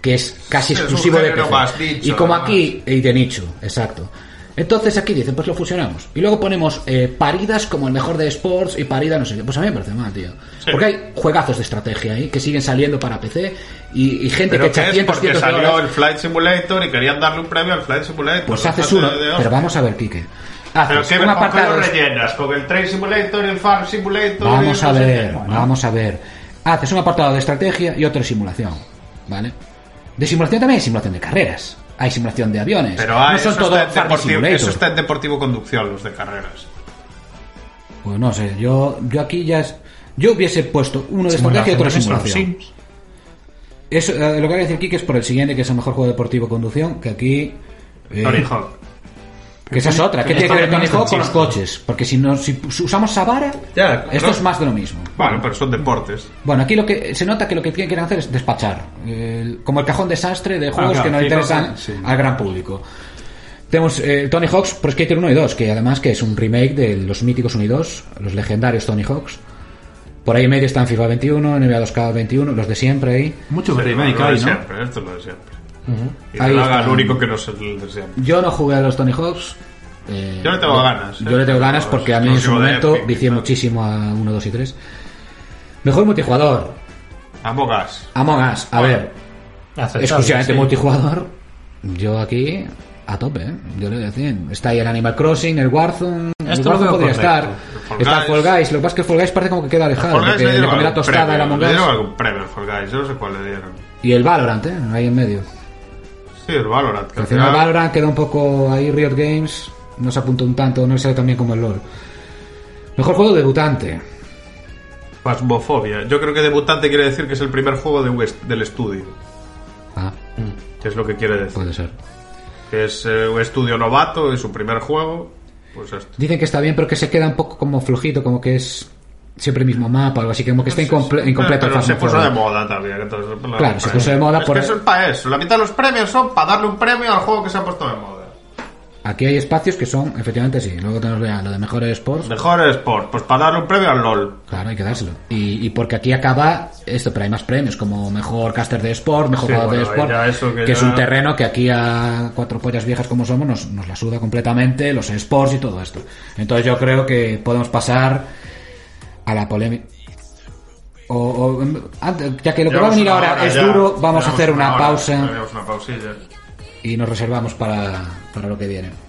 Speaker 1: que es casi
Speaker 2: Sí, es un
Speaker 1: exclusivo de
Speaker 2: género
Speaker 1: PC.
Speaker 2: más nicho,
Speaker 1: y como
Speaker 2: además.
Speaker 1: aquí, y de nicho, exacto. Entonces aquí dicen, pues lo fusionamos. Y luego ponemos eh, paridas como el mejor de Sports y parida no sé qué. Pues a mí me parece mal, tío. Porque hay juegazos de estrategia ahí que siguen saliendo para PC y, y gente
Speaker 2: Pero
Speaker 1: que
Speaker 2: que
Speaker 1: echa
Speaker 2: es
Speaker 1: cientos,
Speaker 2: porque
Speaker 1: cientos de
Speaker 2: salió
Speaker 1: horas.
Speaker 2: el Flight Simulator y querían darle un premio al Flight Simulator.
Speaker 1: Pues
Speaker 2: no
Speaker 1: haces
Speaker 2: hace
Speaker 1: uno.
Speaker 2: de
Speaker 1: Pero
Speaker 2: horas.
Speaker 1: vamos a ver, Quique.
Speaker 2: Pero
Speaker 1: Haces un
Speaker 2: ¿qué me- con qué
Speaker 1: apartado
Speaker 2: lo
Speaker 1: de-
Speaker 2: rellenas? ¿Con el Train Simulator, el Farm Simulator?
Speaker 1: Vamos
Speaker 2: y
Speaker 1: a
Speaker 2: no sé
Speaker 1: ver,
Speaker 2: qué? Bueno,
Speaker 1: vamos a ver. Haces un apartado de estrategia y otro de simulación, ¿vale? De simulación también hay simulación de carreras, hay simulación de aviones.
Speaker 2: Pero ah,
Speaker 1: no son
Speaker 2: eso,
Speaker 1: todo
Speaker 2: está en
Speaker 1: Farm
Speaker 2: deportivo,
Speaker 1: Simulator.
Speaker 2: eso está en Deportivo Conducción, los de carreras.
Speaker 1: Pues no sé, yo, yo aquí ya es- yo hubiese puesto uno de estrategia y otro de
Speaker 3: Simulaciones,
Speaker 1: simulación.
Speaker 3: sí.
Speaker 1: Eso, eh, lo que voy a decir aquí que es por el siguiente, que es el mejor juego deportivo conducción, que aquí eh,
Speaker 2: Tony Hawk.
Speaker 1: que esa es otra, que
Speaker 4: Pero
Speaker 1: tiene que ver
Speaker 4: esto
Speaker 1: Tony
Speaker 4: no
Speaker 1: Hawk
Speaker 4: es
Speaker 1: con
Speaker 4: un
Speaker 1: los coches, porque si no si usamos Savara,
Speaker 2: Ya,
Speaker 1: esto
Speaker 2: no.
Speaker 1: es más de lo mismo.
Speaker 2: Bueno, pero son deportes.
Speaker 1: Bueno, aquí lo que se nota que lo que quieren hacer es despachar, el- como el cajón desastre de juegos
Speaker 2: Ah,
Speaker 4: claro,
Speaker 1: que no
Speaker 4: sí,
Speaker 1: interesan
Speaker 4: claro, sí.
Speaker 1: al gran público. Tenemos eh, Tony Hawk's Pro Skater 1 y 2, que además que es un remake de los míticos 1 y 2, los legendarios Tony Hawk's. Por ahí en medio están FIFA 21, NBA 2K 21, los de siempre ahí.
Speaker 4: Mucho remake
Speaker 2: Lo de
Speaker 4: hay, ¿no?
Speaker 2: siempre, esto es lo de siempre. Y
Speaker 1: Ahí
Speaker 2: no lo haga
Speaker 1: está.
Speaker 2: el único que no es el de siempre.
Speaker 1: Yo no jugué a los Tony Hawk's. eh,
Speaker 2: Yo le tengo ganas, ¿eh?
Speaker 1: Yo le tengo ganas porque a mí en su
Speaker 2: Exclusivo de
Speaker 1: momento
Speaker 2: Epic,
Speaker 1: vicié
Speaker 2: ¿no?
Speaker 1: muchísimo a 1, 2 y 3. Mejor multijugador.
Speaker 2: Among Us.
Speaker 1: Among Us. A ver,
Speaker 3: Aceptable,
Speaker 1: exclusivamente
Speaker 3: sí.
Speaker 1: multijugador, yo aquí a tope, ¿eh? yo le voy a decir. Está ahí el Animal Crossing, el Warzone,
Speaker 3: Esto
Speaker 1: el
Speaker 3: lo
Speaker 1: Warzone
Speaker 3: veo
Speaker 1: podría
Speaker 3: correcto.
Speaker 1: estar.
Speaker 2: Fall
Speaker 1: Está
Speaker 2: Guys.
Speaker 1: Fall Guys, lo que pasa es que Fall Guys parece como que queda alejado,
Speaker 2: Fall Guys
Speaker 1: porque
Speaker 2: le
Speaker 1: le
Speaker 2: dieron
Speaker 1: comió la
Speaker 2: algún
Speaker 1: tostada el
Speaker 2: premio.
Speaker 1: Among
Speaker 2: Le dieron
Speaker 1: Us
Speaker 2: algún premio al Fall Guys, yo no sé cuál le dieron.
Speaker 1: y el Valorant, ¿eh? ahí en medio.
Speaker 2: Sí, el Valorant. que
Speaker 1: Al
Speaker 2: al
Speaker 1: final
Speaker 2: final-
Speaker 1: Valorant quedó un poco ahí Riot Games, no se apuntó un tanto, no sale tan bien como el LoL. Mejor juego debutante.
Speaker 2: Phasmophobia. Yo creo que debutante quiere decir que es el primer juego de West- del estudio.
Speaker 1: Ah,
Speaker 2: Que es lo que quiere decir.
Speaker 1: puede ser.
Speaker 2: Que es eh, un estudio novato, es su primer juego. Pues esto.
Speaker 1: Dicen que está bien, pero que se queda un poco como flojito, como que es siempre el mismo mapa, algo así, como que está incomple- incompleto el
Speaker 2: Pero se puso
Speaker 1: Phasmophobia.
Speaker 2: de moda también. entonces, pues, la-
Speaker 1: Claro, se puso de moda
Speaker 2: Es
Speaker 1: por-
Speaker 2: que eso es para eso. La mitad de los premios son para darle un premio al juego que se ha puesto de moda.
Speaker 1: Aquí hay espacios que son, efectivamente, sí. Luego tenemos ya lo de mejores sports.
Speaker 2: Mejor Sport, pues para dar un premio al LOL.
Speaker 1: Claro, hay que dárselo. Y, y porque aquí acaba esto, pero hay más premios, como mejor caster de sport, mejor
Speaker 2: Sí,
Speaker 1: jugador
Speaker 2: bueno,
Speaker 1: de sport,
Speaker 2: ya eso que
Speaker 1: es
Speaker 2: ya-
Speaker 1: un terreno que aquí a cuatro pollas viejas como somos nos, nos la suda completamente, los sports y todo esto. Entonces yo creo que podemos pasar a la polémica. O, o, em, antes- ya que lo que va a
Speaker 2: Llevamos
Speaker 1: venir
Speaker 2: una
Speaker 1: ahora
Speaker 2: hora
Speaker 1: es
Speaker 2: ya.
Speaker 1: duro, vamos
Speaker 2: Llevamos
Speaker 1: a hacer una,
Speaker 2: hora,
Speaker 1: pausa
Speaker 2: Tenemos una pausilla.
Speaker 1: y nos reservamos para, para lo que viene.